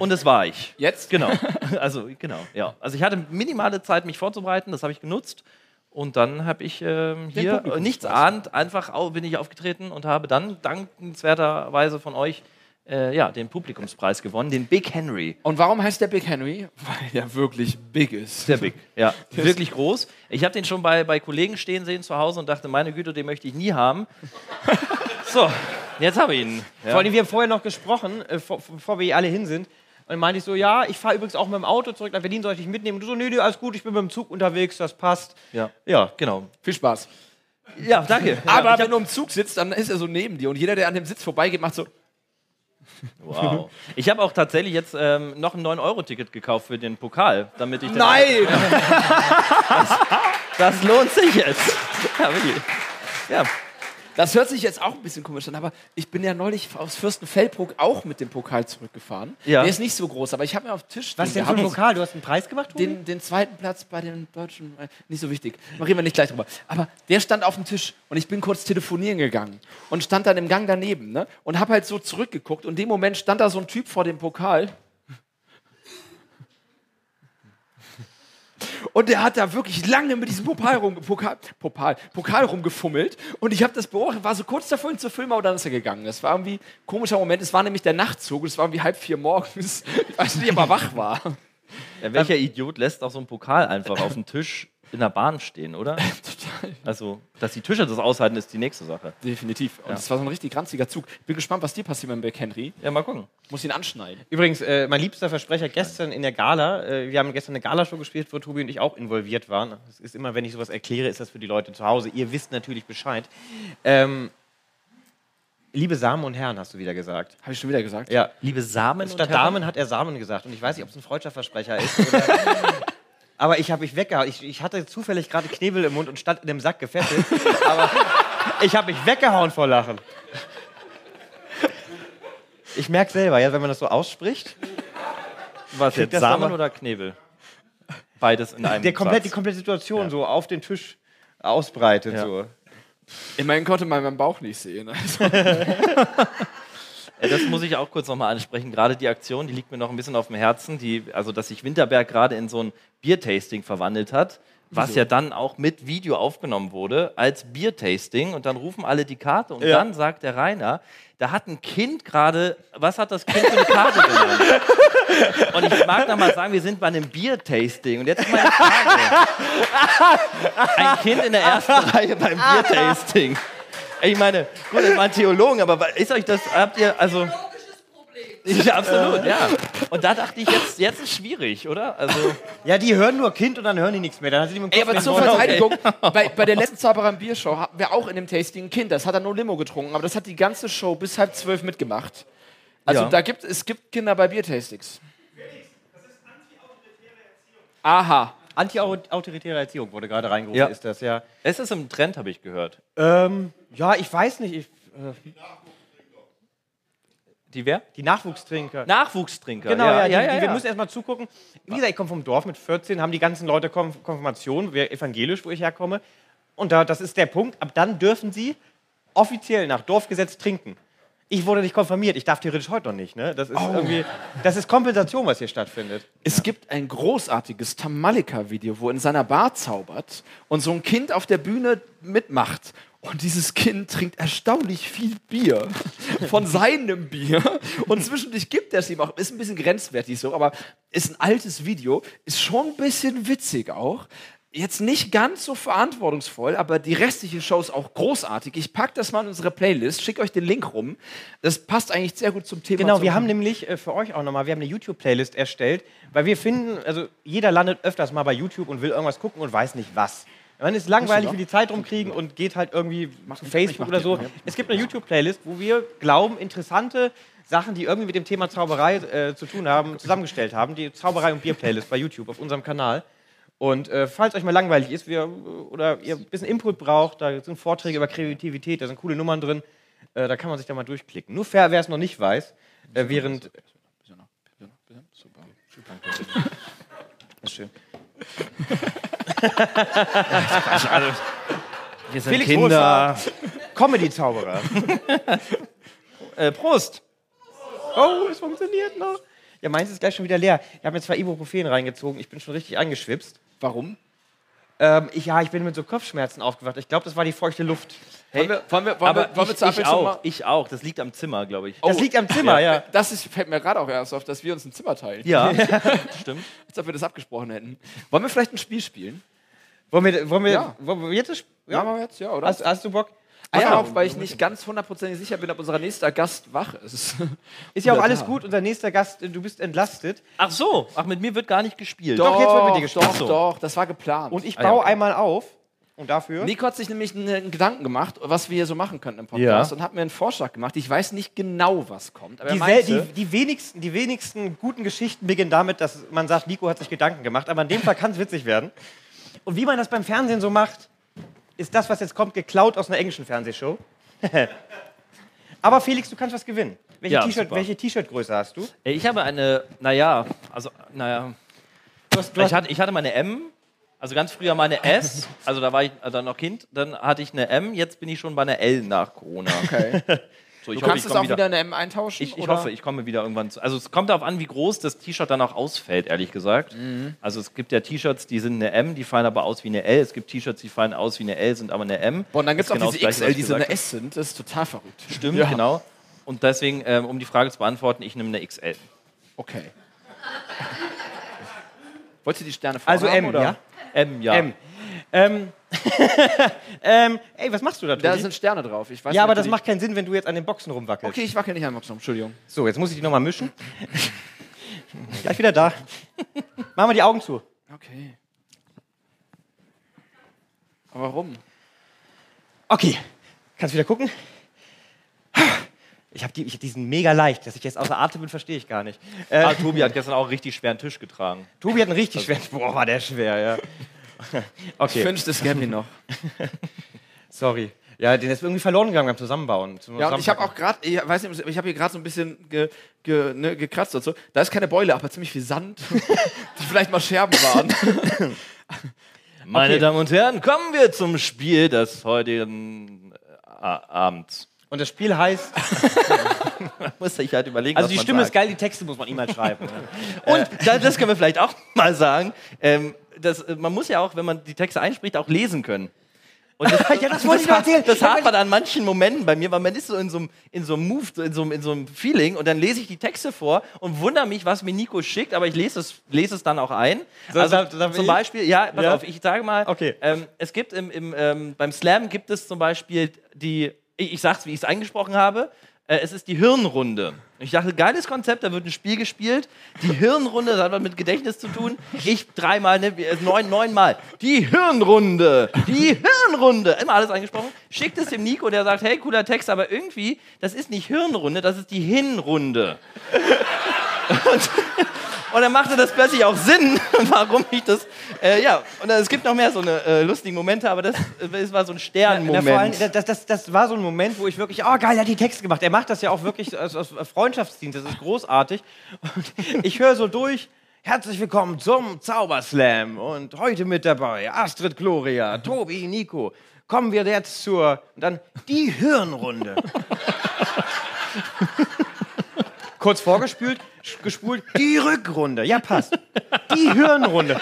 Speaker 3: Und das war ich.
Speaker 2: Jetzt?
Speaker 3: Genau. Also genau, ja. Also ich hatte minimale Zeit, mich vorzubereiten, das habe ich genutzt. Und dann habe ich ähm, hier äh, nichts ahnt, einfach au- bin ich aufgetreten und habe dann dankenswerterweise von euch äh, ja, den Publikumspreis gewonnen, den Big Henry.
Speaker 2: Und warum heißt der Big Henry? Weil der wirklich big ist.
Speaker 3: Sehr big. Ja, wirklich groß. Ich habe den schon bei, bei Kollegen stehen sehen zu Hause und dachte, meine Güte, den möchte ich nie haben. so, jetzt habe ich ihn.
Speaker 1: Vor allem, wir haben vorher noch gesprochen, äh, vor, vor- bevor wir hier alle hin sind. Und dann meinte ich so, ja, ich fahre übrigens auch mit dem Auto zurück nach Berlin, soll ich dich mitnehmen? Und du so, nee, nee, alles gut, ich bin mit dem Zug unterwegs, das passt.
Speaker 3: Ja, ja genau.
Speaker 2: Viel Spaß.
Speaker 3: Ja, danke.
Speaker 2: Aber
Speaker 3: ja, ich
Speaker 2: wenn du im Zug sitzt, dann ist er so neben dir. Und jeder, der an dem Sitz vorbeigeht, macht so.
Speaker 3: hab, wow. Ich habe auch tatsächlich jetzt ähm, noch ein 9-Euro-Ticket gekauft für den Pokal, damit ich den-
Speaker 2: Nein!
Speaker 3: Das lohnt sich jetzt. Ja, wirklich. Ja.
Speaker 2: Das hört sich jetzt auch ein bisschen komisch an, aber ich bin ja neulich aus Fürstenfeldbruck auch mit dem Pokal zurückgefahren.
Speaker 3: Ja.
Speaker 2: Der ist nicht so groß, aber ich habe mir auf Tisch
Speaker 1: Was denn für ein Pokal? Du hast einen Preis gemacht, Tobi?
Speaker 2: den, den zweiten Platz bei den Deutschen, äh, nicht so wichtig, Da reden wir nicht gleich drüber. Aber der stand auf dem Tisch und ich bin kurz telefonieren gegangen und stand dann im Gang daneben ne? und habe halt so zurückgeguckt und in dem Moment stand da so ein Typ vor dem Pokal. Und der hat da wirklich lange mit diesem Pokal, rum, Pokal, Pokal, Pokal rumgefummelt. Und ich habe das beobachtet, war so kurz davor, ihn zu filmen, aber dann ist er gegangen. Das war irgendwie ein komischer Moment. Es war nämlich der Nachtzug und es war irgendwie halb vier morgens. Ich weiß nicht, ob er wach war.
Speaker 3: Ja, welcher Idiot lässt auch so einen Pokal einfach auf dem Tisch in der Bahn stehen, oder? Total. Also, dass die Tische das aushalten, ist die nächste Sache.
Speaker 2: Definitiv. Und das war so ein richtig ranziger Zug. Bin gespannt, was dir passiert beim Back Henry.
Speaker 3: Ja, mal gucken.
Speaker 2: Muss ihn anschneiden.
Speaker 1: Übrigens, äh, mein liebster Versprecher gestern in der Gala, äh, wir haben gestern eine Galashow gespielt, wo Tobi und ich auch involviert waren. Es ist immer, wenn ich sowas erkläre, ist das für die Leute zu Hause. Ihr wisst natürlich Bescheid. Ähm, liebe Samen und Herren, hast du wieder gesagt.
Speaker 2: Habe ich schon wieder gesagt.
Speaker 1: Ja.
Speaker 3: Liebe Samen
Speaker 1: Statt
Speaker 3: Herren.
Speaker 1: Damen hat er Samen gesagt. Und ich weiß nicht, ob es ein freudscher Versprecher ist. Oder aber ich habe mich weggehauen. Ich, ich hatte zufällig gerade Knebel im Mund und stand in dem Sack gefesselt. aber ich habe mich weggehauen vor Lachen. Ich merke selber, ja, wenn man das so ausspricht,
Speaker 3: Was
Speaker 1: Kriegt
Speaker 3: jetzt,
Speaker 1: das
Speaker 3: Samen
Speaker 1: aber-
Speaker 3: oder Knebel? Beides in einem
Speaker 1: der komplett, die
Speaker 3: Satz.
Speaker 1: komplette Situation so auf den Tisch ausbreitet. So.
Speaker 2: Immerhin konnte man meinen Bauch nicht sehen. Also,
Speaker 3: Äh, Das muss ich auch kurz nochmal ansprechen. Gerade die Aktion, die liegt mir noch ein bisschen auf dem Herzen, die, also dass sich Winterberg gerade in so ein Biertasting verwandelt hat, was ja dann auch mit Video aufgenommen wurde als Biertasting und dann rufen alle die Karte und dann sagt der Rainer, da hat ein Kind gerade, was hat das Kind für eine Karte genannt? Und ich mag noch mal sagen, wir sind bei einem Biertasting. Und jetzt ist meine Frage. Ein Kind in der ersten Reihe beim Biertasting. Ich meine, gut, das waren Theologen, aber ist euch das, habt ihr, also... Ja, absolut, ja. Und da dachte ich, jetzt, jetzt ist schwierig, oder? Also,
Speaker 1: Ja, die hören nur Kind und dann hören die nichts mehr. Dann hat sie
Speaker 2: ey, aber zur
Speaker 1: Wort-
Speaker 2: Verteidigung, bei, bei der letzten Zauberer im Biershow hatten wir auch in dem Tasting ein Kind, das hat er nur Limo getrunken, aber das hat die ganze Show bis halb zwölf mitgemacht. Also
Speaker 3: Ja.
Speaker 2: da gibt es gibt Kinder bei Biertastings. Aha.
Speaker 1: Anti-autoritäre Erziehung wurde gerade reingerufen,
Speaker 3: Ja.
Speaker 1: ist das ja.
Speaker 3: es ist im Trend, habe ich gehört.
Speaker 1: Ähm, ja, ich weiß nicht. Ich, äh,
Speaker 3: Die wer?
Speaker 1: die Nachwuchstrinker.
Speaker 3: Nachwuchstrinker.
Speaker 1: Genau, ja,
Speaker 3: ja,
Speaker 1: die,
Speaker 3: ja,
Speaker 1: die,
Speaker 3: ja,
Speaker 1: wir
Speaker 3: ja.
Speaker 1: müssen erstmal zugucken. Wie gesagt, ich komme vom Dorf mit 14, haben die ganzen Leute Konf Konfirmation, wir evangelisch, wo ich herkomme. Und da, das ist der Punkt. Ab dann dürfen sie offiziell nach Dorfgesetz trinken. Ich wurde nicht konfirmiert, ich darf theoretisch heute noch nicht. Ne? Das,
Speaker 3: Oh.
Speaker 1: ist irgendwie, das ist Kompensation, was hier stattfindet.
Speaker 2: Es gibt ein großartiges Tamalika-Video, wo in seiner Bar zaubert und so ein Kind auf der Bühne mitmacht. Und dieses Kind trinkt erstaunlich viel Bier. Von seinem Bier. Und zwischendurch gibt er es ihm auch. Ist ein bisschen grenzwertig so, aber ist ein altes Video. Ist schon ein bisschen witzig auch. Jetzt nicht ganz so verantwortungsvoll, aber die restliche Show ist auch großartig. Ich packe das mal in unsere Playlist, schicke euch den Link rum. Das passt eigentlich sehr gut zum Thema.
Speaker 1: Genau,
Speaker 2: zum
Speaker 1: wir haben nämlich äh, für euch auch nochmal, wir haben eine YouTube-Playlist erstellt, weil wir finden, also jeder landet öfters mal bei YouTube und will irgendwas gucken und weiß nicht was. Man ist langweilig, will die Zeit rumkriegen und geht halt irgendwie zu Facebook oder so. Es gibt eine YouTube-Playlist, wo wir glauben, interessante Sachen, die irgendwie mit dem Thema Zauberei äh, zu tun haben, zusammengestellt haben. Die Zauberei- und Bier-Playlist bei YouTube auf unserem Kanal. Und äh, falls euch mal langweilig ist wir, oder ihr ein bisschen Input braucht, da sind Vorträge über Kreativität, da sind coole Nummern drin, äh, da kann man sich da mal durchklicken. Nur fair, wer es noch nicht weiß, äh, während. Ist schön.
Speaker 3: Wir sind
Speaker 1: Felix Kinder. Comedy-Zauberer.
Speaker 3: Äh, Prost.
Speaker 1: Oh, es funktioniert noch. Ja, meins ist gleich schon wieder leer. Ich habe mir zwei Ibuprofen reingezogen. Ich bin schon richtig eingeschwipst.
Speaker 2: Warum?
Speaker 1: Ähm, ich, ja, ich bin mit so Kopfschmerzen aufgewacht. Ich glaube, das war die feuchte Luft.
Speaker 2: Wollen wir, wollen wir, wollen
Speaker 3: Aber
Speaker 2: wir, wollen wir
Speaker 3: ich,
Speaker 2: zur
Speaker 3: ich
Speaker 2: Abwechslung
Speaker 3: auch,
Speaker 2: mal- Oh.
Speaker 3: ich auch. Das liegt am Zimmer, glaube ich.
Speaker 1: Das liegt am Zimmer, ja.
Speaker 2: Das ist, fällt mir gerade auch erst auf, dass wir uns ein Zimmer teilen.
Speaker 3: Ja, stimmt.
Speaker 2: Als ob wir das abgesprochen hätten. Wollen wir vielleicht ein Spiel spielen?
Speaker 1: Wollen wir, wollen wir,
Speaker 2: Ja.
Speaker 1: wollen wir jetzt? das Sp- Ja.
Speaker 2: wir jetzt, ja, oder?
Speaker 1: Hast, hast du Bock?
Speaker 2: ah, ja, auch, weil ich nicht ganz hundertprozentig sicher bin, ob unser nächster Gast wach ist.
Speaker 1: Ist ja auch
Speaker 2: Oder
Speaker 1: alles
Speaker 2: da.
Speaker 1: gut. Unser nächster Gast, äh, du bist entlastet.
Speaker 3: Ach so, ach, mit mir wird gar nicht gespielt.
Speaker 1: Doch, jetzt wird mit dir gespielt.
Speaker 2: Doch, doch, das war geplant. Also,
Speaker 1: Und ich
Speaker 3: Ah, ja,
Speaker 1: baue
Speaker 3: okay.
Speaker 1: einmal auf. Und dafür?
Speaker 2: Nico hat sich nämlich einen, einen Gedanken gemacht, was wir hier so machen könnten im Podcast
Speaker 3: Ja.
Speaker 2: und hat mir einen Vorschlag gemacht. Ich weiß nicht genau, was kommt, aber
Speaker 1: Die,
Speaker 2: er
Speaker 1: sel-
Speaker 2: meinte,
Speaker 1: die, die, wenigsten, die wenigsten guten Geschichten beginnen damit, dass man sagt, Nico hat sich Gedanken gemacht. Aber in dem Fall kann es witzig werden. Und wie man das beim Fernsehen so macht, ist das, was jetzt kommt, geklaut aus einer englischen Fernsehshow. aber Felix, du kannst was gewinnen. Welche
Speaker 3: Ja,
Speaker 1: T-Shirt-
Speaker 3: super.
Speaker 1: welche T-Shirt-Größe hast du?
Speaker 3: Äh, Ich habe eine, naja, also, naja.
Speaker 1: Du hast, du
Speaker 3: Ich hatte, ich hatte meine M, also ganz früher meine S, also da war ich äh, dann noch Kind, dann hatte ich eine M, jetzt bin ich schon bei einer L nach Corona.
Speaker 2: okay.
Speaker 3: So, ich
Speaker 2: du kannst
Speaker 3: ich
Speaker 2: es
Speaker 3: komm
Speaker 2: auch wieder in der M eintauschen.
Speaker 3: Ich, ich hoffe, ich komme wieder irgendwann zu. Also es kommt darauf an, wie groß das T-Shirt dann auch ausfällt, ehrlich gesagt. Also es gibt ja T-Shirts, die sind eine M, die fallen aber aus wie eine L. Es gibt T-Shirts, die fallen aus wie eine L, sind aber eine M.
Speaker 2: Boah, und dann gibt es
Speaker 3: Das ist
Speaker 2: auch
Speaker 3: genau
Speaker 2: diese
Speaker 3: das Gleiche, was
Speaker 2: XL,
Speaker 3: ich
Speaker 2: die so
Speaker 3: gesagt
Speaker 2: eine S sind. Das ist total verrückt.
Speaker 3: habe. Stimmt, genau. Und deswegen, ähm, um die Frage zu beantworten, ich nehme eine XL.
Speaker 2: Okay. Wolltest du die Sterne vorne
Speaker 1: also
Speaker 2: haben,
Speaker 1: M,
Speaker 2: oder?
Speaker 1: ja?
Speaker 3: M, ja.
Speaker 1: M. Ähm, ähm, ey, was machst du da,
Speaker 2: Da
Speaker 1: Tobi?
Speaker 2: sind Sterne drauf. Ich weiß
Speaker 1: Ja,
Speaker 2: nicht,
Speaker 1: aber
Speaker 2: ob du
Speaker 1: das
Speaker 2: die-
Speaker 1: macht keinen Sinn, wenn du jetzt an den Boxen rumwackelst.
Speaker 2: Okay, ich wackel nicht am Boxen. Entschuldigung.
Speaker 1: So, jetzt muss ich die nochmal mischen. Gleich wieder da. Machen wir die Augen zu.
Speaker 2: Okay. Aber warum?
Speaker 1: Okay, kannst wieder gucken. Ich habe die, ich hab diesen mega leicht, dass ich jetzt außer Atem bin, verstehe ich gar nicht. Äh,
Speaker 3: Ah, Tobi hat gestern auch einen richtig schweren Tisch getragen.
Speaker 1: Tobi hat einen richtig schweren. Boah, war der schwer, ja. Okay,
Speaker 2: wünschte, es gäbe ihn noch.
Speaker 1: sorry. Ja, den ist irgendwie verloren gegangen beim Zusammenbauen. zum
Speaker 2: Ja, und ich habe
Speaker 1: Zusammenpacken.
Speaker 2: auch gerade, ich weiß nicht, ich habe hier gerade so ein bisschen ge, ge, ne, gekratzt und so. Da ist keine Beule, aber ziemlich viel Sand, die vielleicht mal Scherben waren.
Speaker 3: Meine Damen und Herren, kommen wir zum Spiel des heutigen äh, A- Abends.
Speaker 1: Und das Spiel heißt,
Speaker 3: Muss ich halt überlegen,
Speaker 1: also
Speaker 3: was
Speaker 1: die
Speaker 3: man
Speaker 1: Stimme
Speaker 3: sagt.
Speaker 1: ist geil, die Texte muss man ihm halt schreiben. ne?
Speaker 3: Und da, das können wir vielleicht auch mal sagen. Ähm, das, äh, man muss ja auch, wenn man die Texte einspricht, auch lesen können. Und das, ja, das
Speaker 1: wollte ich noch
Speaker 3: hat-
Speaker 1: erzählen.
Speaker 3: Das hat man an manchen Momenten bei mir, weil man ist so in so einem, in so einem Move, so in so einem, in so einem Feeling und dann lese ich die Texte vor und wundere mich, was mir Nico schickt, aber ich lese es, lese es dann auch ein.
Speaker 1: So,
Speaker 3: also
Speaker 1: darf- darf
Speaker 3: zum
Speaker 1: ich?
Speaker 3: Beispiel, ja, pass
Speaker 1: Ja.
Speaker 3: auf, ich sage mal,
Speaker 1: Okay.
Speaker 3: ähm, es gibt im, im, ähm, beim Slam gibt es zum Beispiel die, ich, ich sag's, wie ich es eingesprochen habe, äh, es ist die Hirnrunde. Und Ich dachte, geiles Konzept, da wird ein Spiel gespielt. Die Hirnrunde, das hat was mit Gedächtnis zu tun. Ich dreimal, ne, äh, neun, neunmal. Die Hirnrunde, die Hirnrunde. Immer alles eingesprochen. Schickt es dem Nico, der sagt, hey, cooler Text, aber irgendwie, das ist nicht Hirnrunde, das ist die Hinrunde. Und dann machte das plötzlich auch Sinn, warum ich das. Äh, ja, und dann, es gibt noch mehr so eine äh, lustigen Momente, aber das, äh, das war so ein
Speaker 1: Na, vor allem,
Speaker 3: Sternmoment.
Speaker 1: das, das- das, das war so ein Moment, wo ich wirklich, oh geil, er hat die Texte gemacht. Er macht das ja auch wirklich aus, aus Freundschaftsdienst, das ist großartig. Und ich höre so durch. Herzlich willkommen zum Zauberslam und heute mit dabei Astrid Gloria, Tobi, Nico. Kommen wir jetzt zur und dann die Hirnrunde. Kurz vorgespült, sch- gespult, die Rückrunde. Ja, passt. Die Hirnrunde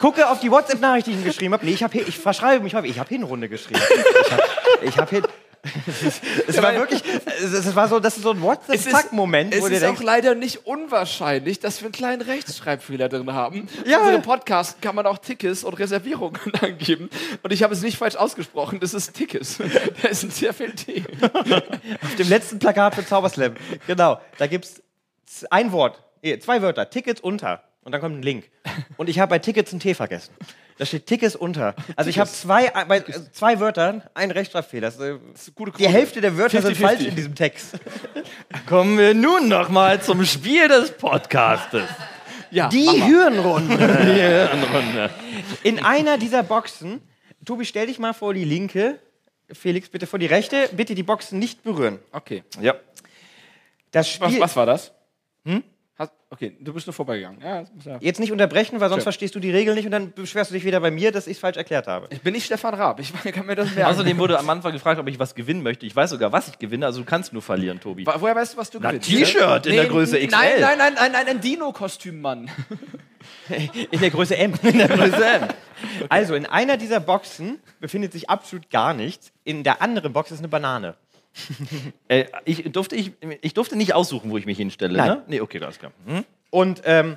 Speaker 1: gucke auf die WhatsApp-Nachricht, die ich ihm geschrieben habe. Nee, ich, hab, Hi- ich verschreibe mich häufig. Ich habe Hinrunde geschrieben. Ich habe hab Hin. Es war wirklich, es, es war so, das ist so ein WhatsApp-Zack-Moment,
Speaker 2: Es
Speaker 1: wo du
Speaker 2: ist auch
Speaker 1: denkst,
Speaker 2: leider nicht unwahrscheinlich, dass wir einen kleinen Rechtschreibfehler drin haben.
Speaker 1: Ja.
Speaker 2: In unserem Podcast kann man auch Tickets und Reservierungen angeben. Und ich habe es nicht falsch ausgesprochen, das ist Tickets. Da ist ein sehr viel T.
Speaker 1: auf dem letzten Plakat für Zauberslam. Genau, da gibt's z- ein Wort, nee, zwei Wörter, Tickets unter. Und dann kommt ein Link. Und ich habe bei Tickets ein T vergessen. Da steht Tickets unter. Also ich habe zwei, bei äh, zwei Wörtern einen Rechtschreibfehler. Das, äh, die Hälfte der Wörter sind
Speaker 8: 50-50.
Speaker 1: falsch in diesem Text.
Speaker 3: Kommen wir nun nochmal zum Spiel des Podcastes.
Speaker 2: Ja,
Speaker 1: Die
Speaker 2: Mama.
Speaker 1: Hirnrunde.
Speaker 3: Die Hirnrunde.
Speaker 1: In einer dieser Boxen, Tobi, stell dich mal vor die linke, Felix bitte vor die rechte, bitte die Boxen nicht berühren.
Speaker 2: Okay.
Speaker 3: Ja.
Speaker 1: Das
Speaker 2: Was,
Speaker 1: Spiel
Speaker 2: was war das? Hm? Hast, okay, du bist nur vorbeigegangen. Ja, das muss ja.
Speaker 1: jetzt nicht unterbrechen, weil sonst
Speaker 2: Schön.
Speaker 1: verstehst du die Regeln nicht und dann beschwerst du dich wieder bei mir, dass ich es falsch erklärt habe.
Speaker 2: Ich bin nicht Stefan Raab, ich kann mir das merken.
Speaker 3: Außerdem wurde am Anfang gefragt, ob ich was gewinnen möchte. Ich weiß sogar, was ich gewinne, also du kannst nur verlieren, Tobi.
Speaker 2: Wa- Woher weißt du, was du
Speaker 3: Na,
Speaker 2: gewinnst?
Speaker 3: T-Shirt in der Größe
Speaker 2: n-
Speaker 3: XL.
Speaker 2: Nein, nein, nein, nein, nein ein Dino-Kostüm, Mann.
Speaker 1: In der Größe M. Also, in einer dieser Boxen befindet sich absolut gar nichts. In der anderen Box ist eine Banane.
Speaker 3: Äh, ich, durfte, ich, ich durfte nicht aussuchen, wo ich mich hinstelle.
Speaker 1: Nein.
Speaker 3: Ne? Nee, okay, alles klar. Hm?
Speaker 1: Und ähm,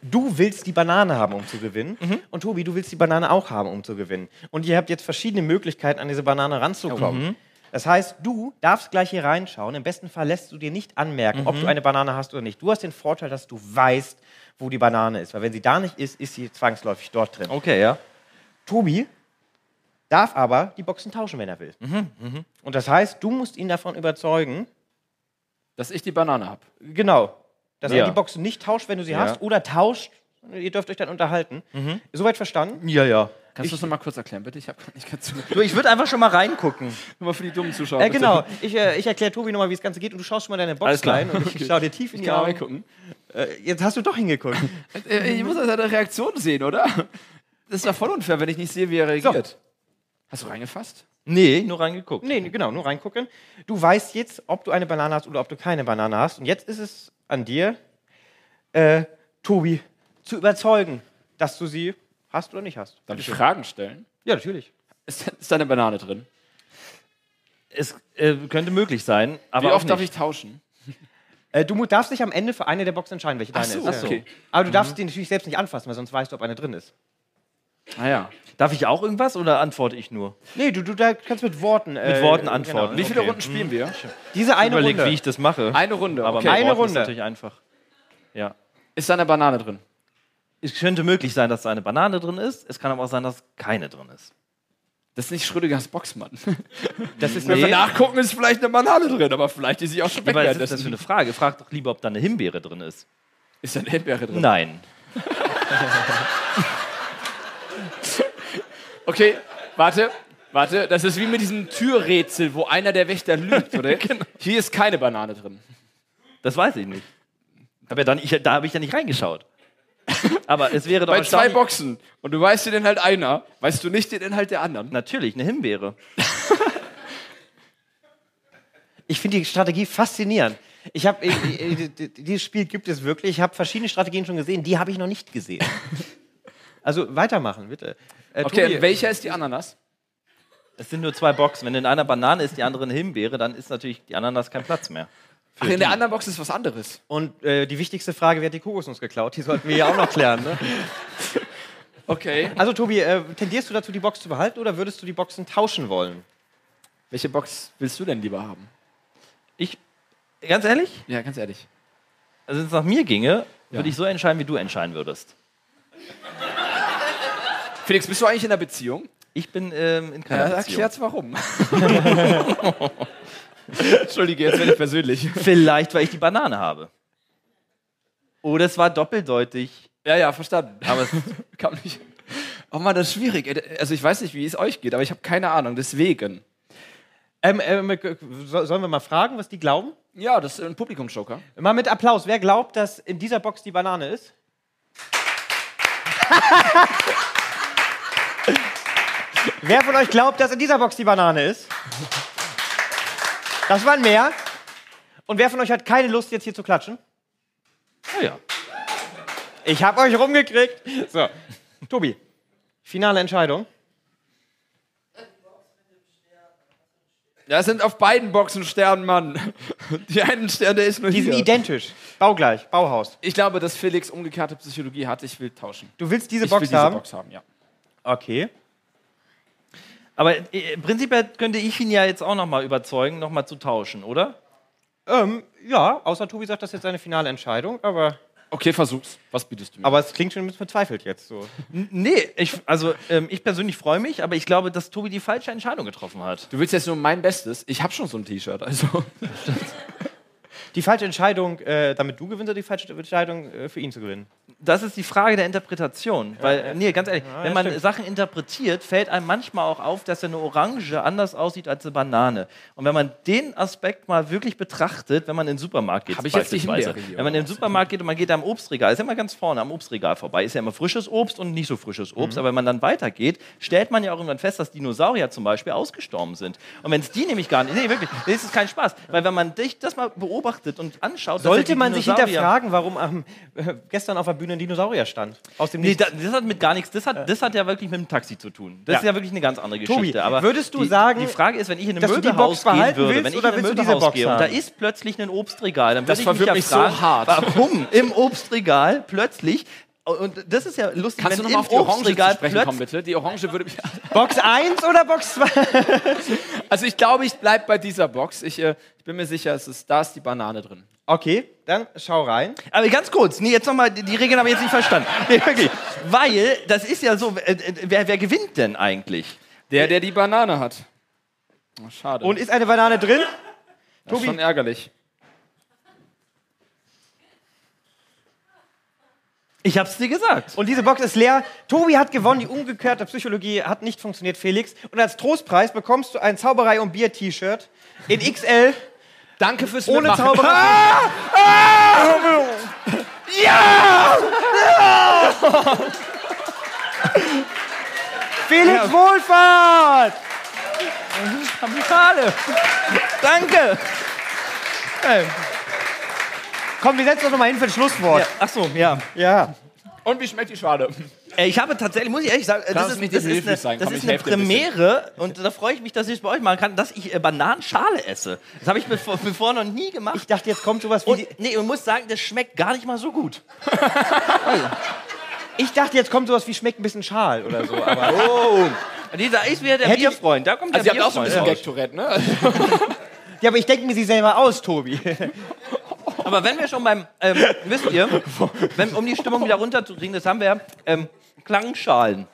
Speaker 1: du willst die Banane haben, um zu gewinnen. Und Tobi, du willst die Banane auch haben, um zu gewinnen. Und ihr habt jetzt verschiedene Möglichkeiten, an diese Banane ranzukommen. Das heißt, du darfst gleich hier reinschauen. Im besten Fall lässt du dir nicht anmerken, ob du eine Banane hast oder nicht. Du hast den Vorteil, dass du weißt, wo die Banane ist. Weil wenn sie da nicht ist, ist sie zwangsläufig dort drin.
Speaker 3: Okay, ja.
Speaker 1: Tobi darf aber die Boxen tauschen, wenn er will. Und das heißt, du musst ihn davon überzeugen,
Speaker 2: Dass ich die Banane habe.
Speaker 1: Genau. Dass
Speaker 3: Ja.
Speaker 1: ihr die Boxen nicht tauscht, wenn du sie
Speaker 3: Ja. Mhm.
Speaker 1: hast, oder tauscht. Ihr dürft euch dann unterhalten. Soweit verstanden?
Speaker 3: Ja, ja.
Speaker 2: Kannst du das nochmal kurz erklären, bitte? Ich habe gar nicht ganz zugehört.
Speaker 3: Du, ich würde einfach schon mal reingucken.
Speaker 2: Nur für die dummen Zuschauer.
Speaker 1: Äh, genau. Ich, äh, ich erkläre Tobi nochmal, wie das Ganze geht und du schaust schon mal deine Box
Speaker 2: Alles klar.
Speaker 1: rein und ich
Speaker 2: Okay.
Speaker 1: schaue dir tief in
Speaker 2: Ich
Speaker 1: die
Speaker 2: kann mal
Speaker 1: Augen.
Speaker 2: reingucken.
Speaker 1: Äh, jetzt hast du doch hingeguckt.
Speaker 2: Äh, Ich muss also seine Reaktion sehen, oder? Das ist ja voll unfair, wenn ich nicht sehe, wie er reagiert. Hast du reingefasst?
Speaker 3: Nee, nur reingeguckt.
Speaker 1: nee, genau, nur reingucken. Du weißt jetzt, ob du eine Banane hast oder ob du keine Banane hast. Und jetzt ist es an dir, äh, Tobi zu überzeugen, dass du sie hast oder nicht hast.
Speaker 2: Darf ich Fragen stellen?
Speaker 1: Ja, natürlich.
Speaker 2: Ist, ist da eine Banane drin?
Speaker 3: Es äh, könnte möglich sein, aber
Speaker 2: Wie
Speaker 3: auch
Speaker 2: oft
Speaker 3: nicht.
Speaker 2: darf ich tauschen?
Speaker 1: Äh, du mu- darfst dich am Ende für eine der Boxen entscheiden, welche deine
Speaker 2: so,
Speaker 1: ist.
Speaker 2: ach so. Okay.
Speaker 1: Aber du darfst die natürlich selbst nicht anfassen, weil sonst weißt du, ob eine drin ist.
Speaker 2: Ah ja.
Speaker 3: Darf ich auch irgendwas oder antworte ich nur?
Speaker 1: Nee, du, du da kannst mit Worten. Mit
Speaker 3: Worten antworten.
Speaker 2: Wie
Speaker 1: Genau.
Speaker 2: viele
Speaker 3: Okay.
Speaker 2: Runden spielen wir?
Speaker 1: Diese eine
Speaker 3: Überleg,
Speaker 1: Runde.
Speaker 3: wie ich das mache.
Speaker 2: Hm. Eine Runde.
Speaker 3: aber
Speaker 2: okay.
Speaker 3: mit
Speaker 1: eine
Speaker 3: Worten
Speaker 1: Runde.
Speaker 3: ist natürlich einfach. Ja.
Speaker 2: Ist da eine Banane drin?
Speaker 3: Es könnte möglich sein, dass da eine Banane drin ist. Es kann aber auch sein, dass keine drin ist.
Speaker 2: Das ist nicht Schrödingers Boxmann.
Speaker 3: Das ist
Speaker 2: Wenn wir
Speaker 3: nee.
Speaker 2: nachgucken, ist vielleicht eine Banane drin, aber vielleicht ist sie auch schon weg.
Speaker 3: Aber was ist das für
Speaker 2: währenddessen.
Speaker 3: eine Frage? Frag doch lieber, ob da eine Himbeere drin ist.
Speaker 2: Ist da eine Erdbeere drin?
Speaker 3: Nein.
Speaker 2: Okay, warte, warte. Das ist wie mit diesem Türrätsel, wo Genau. einer der Wächter lügt, oder? Hier ist keine Banane drin.
Speaker 3: Das weiß ich nicht. Aber dann, ich, da habe ich ja nicht reingeschaut. Aber es wäre doch
Speaker 2: Bei zwei
Speaker 3: erstaunlich-
Speaker 2: Boxen. Und du weißt den Inhalt einer, weißt du nicht den Inhalt der anderen.
Speaker 3: Natürlich, eine Himbeere.
Speaker 1: Ich finde die Strategie faszinierend. Ich habe dieses Spiel gibt es wirklich. Ich habe verschiedene Strategien schon gesehen, die habe ich noch nicht gesehen. Also weitermachen bitte. Äh,
Speaker 2: Okay,
Speaker 1: Tobi,
Speaker 2: welcher ist die Ananas?
Speaker 3: Es sind nur zwei Boxen. Wenn in einer Banane ist, die andere eine Himbeere, dann ist natürlich die Ananas kein Platz mehr.
Speaker 2: Ach, in der anderen Box ist was anderes.
Speaker 1: und äh, die wichtigste Frage, wer hat die Kokosnuss geklaut? Die sollten wir ja auch noch klären. Ne?
Speaker 2: Okay.
Speaker 1: Also Tobi, äh, tendierst du dazu, die Box zu behalten oder würdest du die Boxen tauschen wollen?
Speaker 2: Welche Box willst du denn lieber haben?
Speaker 3: Ganz ehrlich,
Speaker 2: Ja, ganz ehrlich.
Speaker 3: also wenn es nach mir ginge, würde ich so entscheiden, wie du entscheiden würdest.
Speaker 2: Felix, bist du eigentlich in einer Beziehung?
Speaker 3: Ich bin ähm, in keiner Beziehung.
Speaker 2: erklärt's warum. Entschuldige, jetzt werde ich persönlich.
Speaker 3: Vielleicht, weil ich die Banane habe. Oder es war doppeldeutig.
Speaker 2: Ja, ja, verstanden. Aber es kam nicht. Oh Mann, das ist schwierig. ey. Also ich weiß nicht, wie es euch geht, aber ich habe keine Ahnung. Deswegen.
Speaker 1: Ähm, ähm, äh, so- sollen wir mal fragen, was die glauben?
Speaker 2: Ja, das ist ein Publikumsjoker.
Speaker 1: Mal mit Applaus. Wer glaubt, dass in dieser Box die Banane ist? Wer von euch glaubt, dass in dieser Box die Banane ist? Das waren mehr. Und wer von euch hat keine Lust, jetzt hier zu klatschen?
Speaker 3: Oh ja.
Speaker 1: Ich hab euch rumgekriegt. So, Tobi, finale Entscheidung.
Speaker 2: Da sind auf beiden Boxen Sterne, Mann. Die einen Stern, der ist nur
Speaker 1: Die sind
Speaker 2: hier.
Speaker 1: identisch. Baugleich, Bauhaus.
Speaker 2: Ich glaube, dass Felix umgekehrte Psychologie hat. Ich will tauschen.
Speaker 1: Du willst diese
Speaker 2: ich
Speaker 1: Box
Speaker 2: will diese
Speaker 1: haben?
Speaker 2: Box haben, ja.
Speaker 1: Okay.
Speaker 3: Aber äh, prinzipiell könnte ich ihn ja jetzt auch nochmal überzeugen, nochmal zu tauschen, oder?
Speaker 1: Ähm, ja, außer Tobi sagt, das ist jetzt seine finale Entscheidung, aber,
Speaker 2: Okay, versuch's. Was bietest du mir?
Speaker 1: aber es klingt schon ein bisschen verzweifelt jetzt so.
Speaker 3: Nee, ich, also ähm, ich persönlich freue mich, aber ich glaube, dass Tobi die falsche Entscheidung getroffen hat.
Speaker 2: Du willst jetzt nur mein Bestes. Ich habe schon so ein T-Shirt, also.
Speaker 1: Die falsche Entscheidung, äh, damit du gewinnst, oder die falsche Entscheidung äh, für ihn zu gewinnen?
Speaker 3: Das ist die Frage der Interpretation. weil, nee, ganz ehrlich, wenn man
Speaker 1: stimmt.
Speaker 3: Sachen interpretiert, fällt einem manchmal auch auf, dass eine Orange anders aussieht als eine Banane. Und wenn man den Aspekt mal wirklich betrachtet, wenn man in den Supermarkt geht,
Speaker 2: Hab ich jetzt die Himbeere hier,
Speaker 3: wenn man in den Supermarkt geht und man geht am Obstregal, ist ja immer ganz vorne am Obstregal vorbei, ist ja immer frisches Obst und nicht so frisches Obst.
Speaker 1: Mhm.
Speaker 3: Aber wenn man dann weitergeht, stellt man ja auch irgendwann fest, dass Dinosaurier zum Beispiel ausgestorben sind. Und wenn es die nämlich gar nicht, nee, wirklich, das ist kein Spaß. Weil wenn man dich das mal beobachtet und anschaut, dass ja
Speaker 1: Sollte
Speaker 3: die
Speaker 1: man sich
Speaker 3: Dinosaurier-
Speaker 1: hinterfragen, warum am, äh, gestern auf der Bühne ein Dinosaurier stand? Aus dem
Speaker 3: Nee,
Speaker 1: Nichts.
Speaker 3: da, das hat mit gar nichts, das hat, das hat ja wirklich mit dem Taxi zu tun.
Speaker 1: Äh.
Speaker 3: Das
Speaker 1: Ja.
Speaker 3: ist ja wirklich eine ganz andere Geschichte.
Speaker 1: Tobi,
Speaker 3: aber
Speaker 1: würdest du
Speaker 3: die,
Speaker 1: sagen,
Speaker 3: die Frage ist, wenn ich in einem
Speaker 1: dass du die
Speaker 3: Möbelhaus
Speaker 1: Box
Speaker 3: gehen
Speaker 1: behalten
Speaker 3: würde,
Speaker 1: willst,
Speaker 3: wenn ich
Speaker 1: oder
Speaker 3: in einem
Speaker 1: willst du diese
Speaker 3: Möbelhaus
Speaker 1: Box
Speaker 3: gehe und da
Speaker 1: haben?
Speaker 3: ist plötzlich ein Obstregal, dann
Speaker 2: Das
Speaker 3: würde ich mich
Speaker 2: verwirrt
Speaker 3: ja
Speaker 2: mich so
Speaker 3: fragen,
Speaker 2: hart.
Speaker 3: warum im Obstregal plötzlich und das ist ja lustig,
Speaker 2: Kannst du nochmal
Speaker 3: wenn im
Speaker 2: auf die Orange zu
Speaker 3: Obstregal
Speaker 2: sprechen kommen,
Speaker 3: plötzlich
Speaker 2: bitte? Die Orange würde mich.
Speaker 1: Box 1 oder Box 2?
Speaker 2: Also ich glaube, ich bleib bei dieser Box. Ich, äh, ich bin mir sicher, es ist, da ist die Banane drin.
Speaker 1: Okay, dann schau rein.
Speaker 3: Aber ganz kurz, nee, jetzt nochmal, die die Regeln habe ich jetzt nicht verstanden. Nee, wirklich. Weil, das ist ja so, äh, äh, wer, wer gewinnt denn eigentlich?
Speaker 2: Der, der die Banane hat. Oh, schade.
Speaker 1: Und ist eine Banane drin?
Speaker 2: das ist schon ärgerlich.
Speaker 3: Ich hab's dir gesagt.
Speaker 1: Und diese Box ist leer. Tobi hat gewonnen. Die umgekehrte Psychologie hat nicht funktioniert, Felix. Und als Trostpreis bekommst du ein Zauberei- und Bier-T-Shirt in XL
Speaker 2: Danke fürs
Speaker 1: ohne
Speaker 2: Mitmachen.
Speaker 1: Zauberer. Felix Wohlfahrt! Schade. Danke. Ähm. Komm, wir setzen uns nochmal hin für ein Schlusswort.
Speaker 3: Ach so, ja.
Speaker 1: Ja.
Speaker 2: Und wie schmeckt die Schade?
Speaker 3: Äh, Ich habe tatsächlich, muss ich ehrlich sagen, äh, das
Speaker 2: du
Speaker 3: ist,
Speaker 2: nicht
Speaker 3: das
Speaker 2: behilflich
Speaker 3: ist
Speaker 2: sein?
Speaker 3: eine, das
Speaker 2: Komm, ich
Speaker 3: ist eine
Speaker 2: helf dir ein bisschen.
Speaker 3: Premiere und da freue ich mich, dass ich es bei euch machen kann, dass ich äh, Bananenschale esse. Das habe ich bevor, bevor noch nie
Speaker 1: Ich
Speaker 3: gemacht.
Speaker 1: dachte, jetzt kommt sowas wie
Speaker 3: Und,
Speaker 1: die,
Speaker 3: nee, man muss sagen, das schmeckt gar nicht mal so gut.
Speaker 1: Ich dachte, jetzt kommt sowas wie schmeckt ein bisschen schal oder so.
Speaker 3: Nee, da ist wieder der
Speaker 1: Hätte ich-
Speaker 3: Bierfreund. Da kommt
Speaker 2: Also
Speaker 3: der
Speaker 2: ihr habt auch so ein
Speaker 3: Bierfreund.
Speaker 2: bisschen Gag-Tourette, ne?
Speaker 1: ja, aber ich denke mir sie selber aus, Tobi.
Speaker 3: Aber wenn wir schon beim, ähm, wisst ihr, wenn, um die Stimmung wieder runterzukriegen, das haben wir ja, ähm, Klangschalen.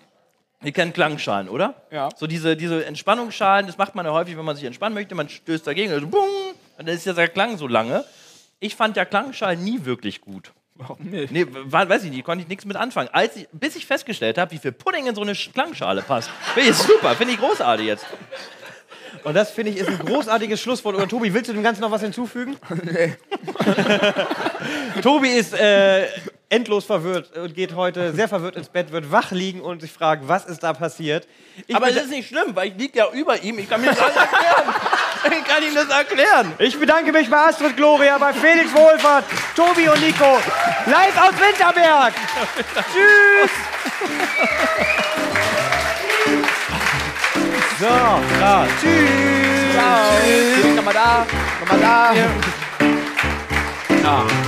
Speaker 3: Ihr kennt Klangschalen, oder?
Speaker 2: Ja.
Speaker 3: So diese, diese Entspannungsschalen, das macht man ja häufig, wenn man sich entspannen möchte, man stößt dagegen, also bung, und dann ist ja der Klang so lange. Ich fand ja Klangschalen nie wirklich gut.
Speaker 2: Warum nicht?
Speaker 3: Nee, war, weiß ich nicht, konnte ich nichts mit anfangen. Als ich, bis ich festgestellt habe, wie viel Pudding in so eine Sch- Klangschale passt. Finde ich super, finde ich großartig jetzt.
Speaker 1: Und das, finde ich, ist ein großartiges Schlusswort. Oder Tobi, willst du dem Ganzen noch was hinzufügen? Nee. Tobi ist äh, endlos verwirrt und geht heute sehr verwirrt ins Bett, wird wach liegen und sich fragen, was ist da passiert. Ich
Speaker 3: Aber es
Speaker 1: beda-
Speaker 3: ist nicht schlimm, weil ich liege ja über ihm. Ich kann mir das alles erklären. Ich kann ihm das erklären.
Speaker 1: Ich bedanke mich bei Astrid Gloria, bei Felix Wohlfahrt, Tobi und Nico. Live aus Winterberg. Tschüss. So, klar. Tschüss.
Speaker 2: Nochmal da, nochmal da.
Speaker 8: Ja.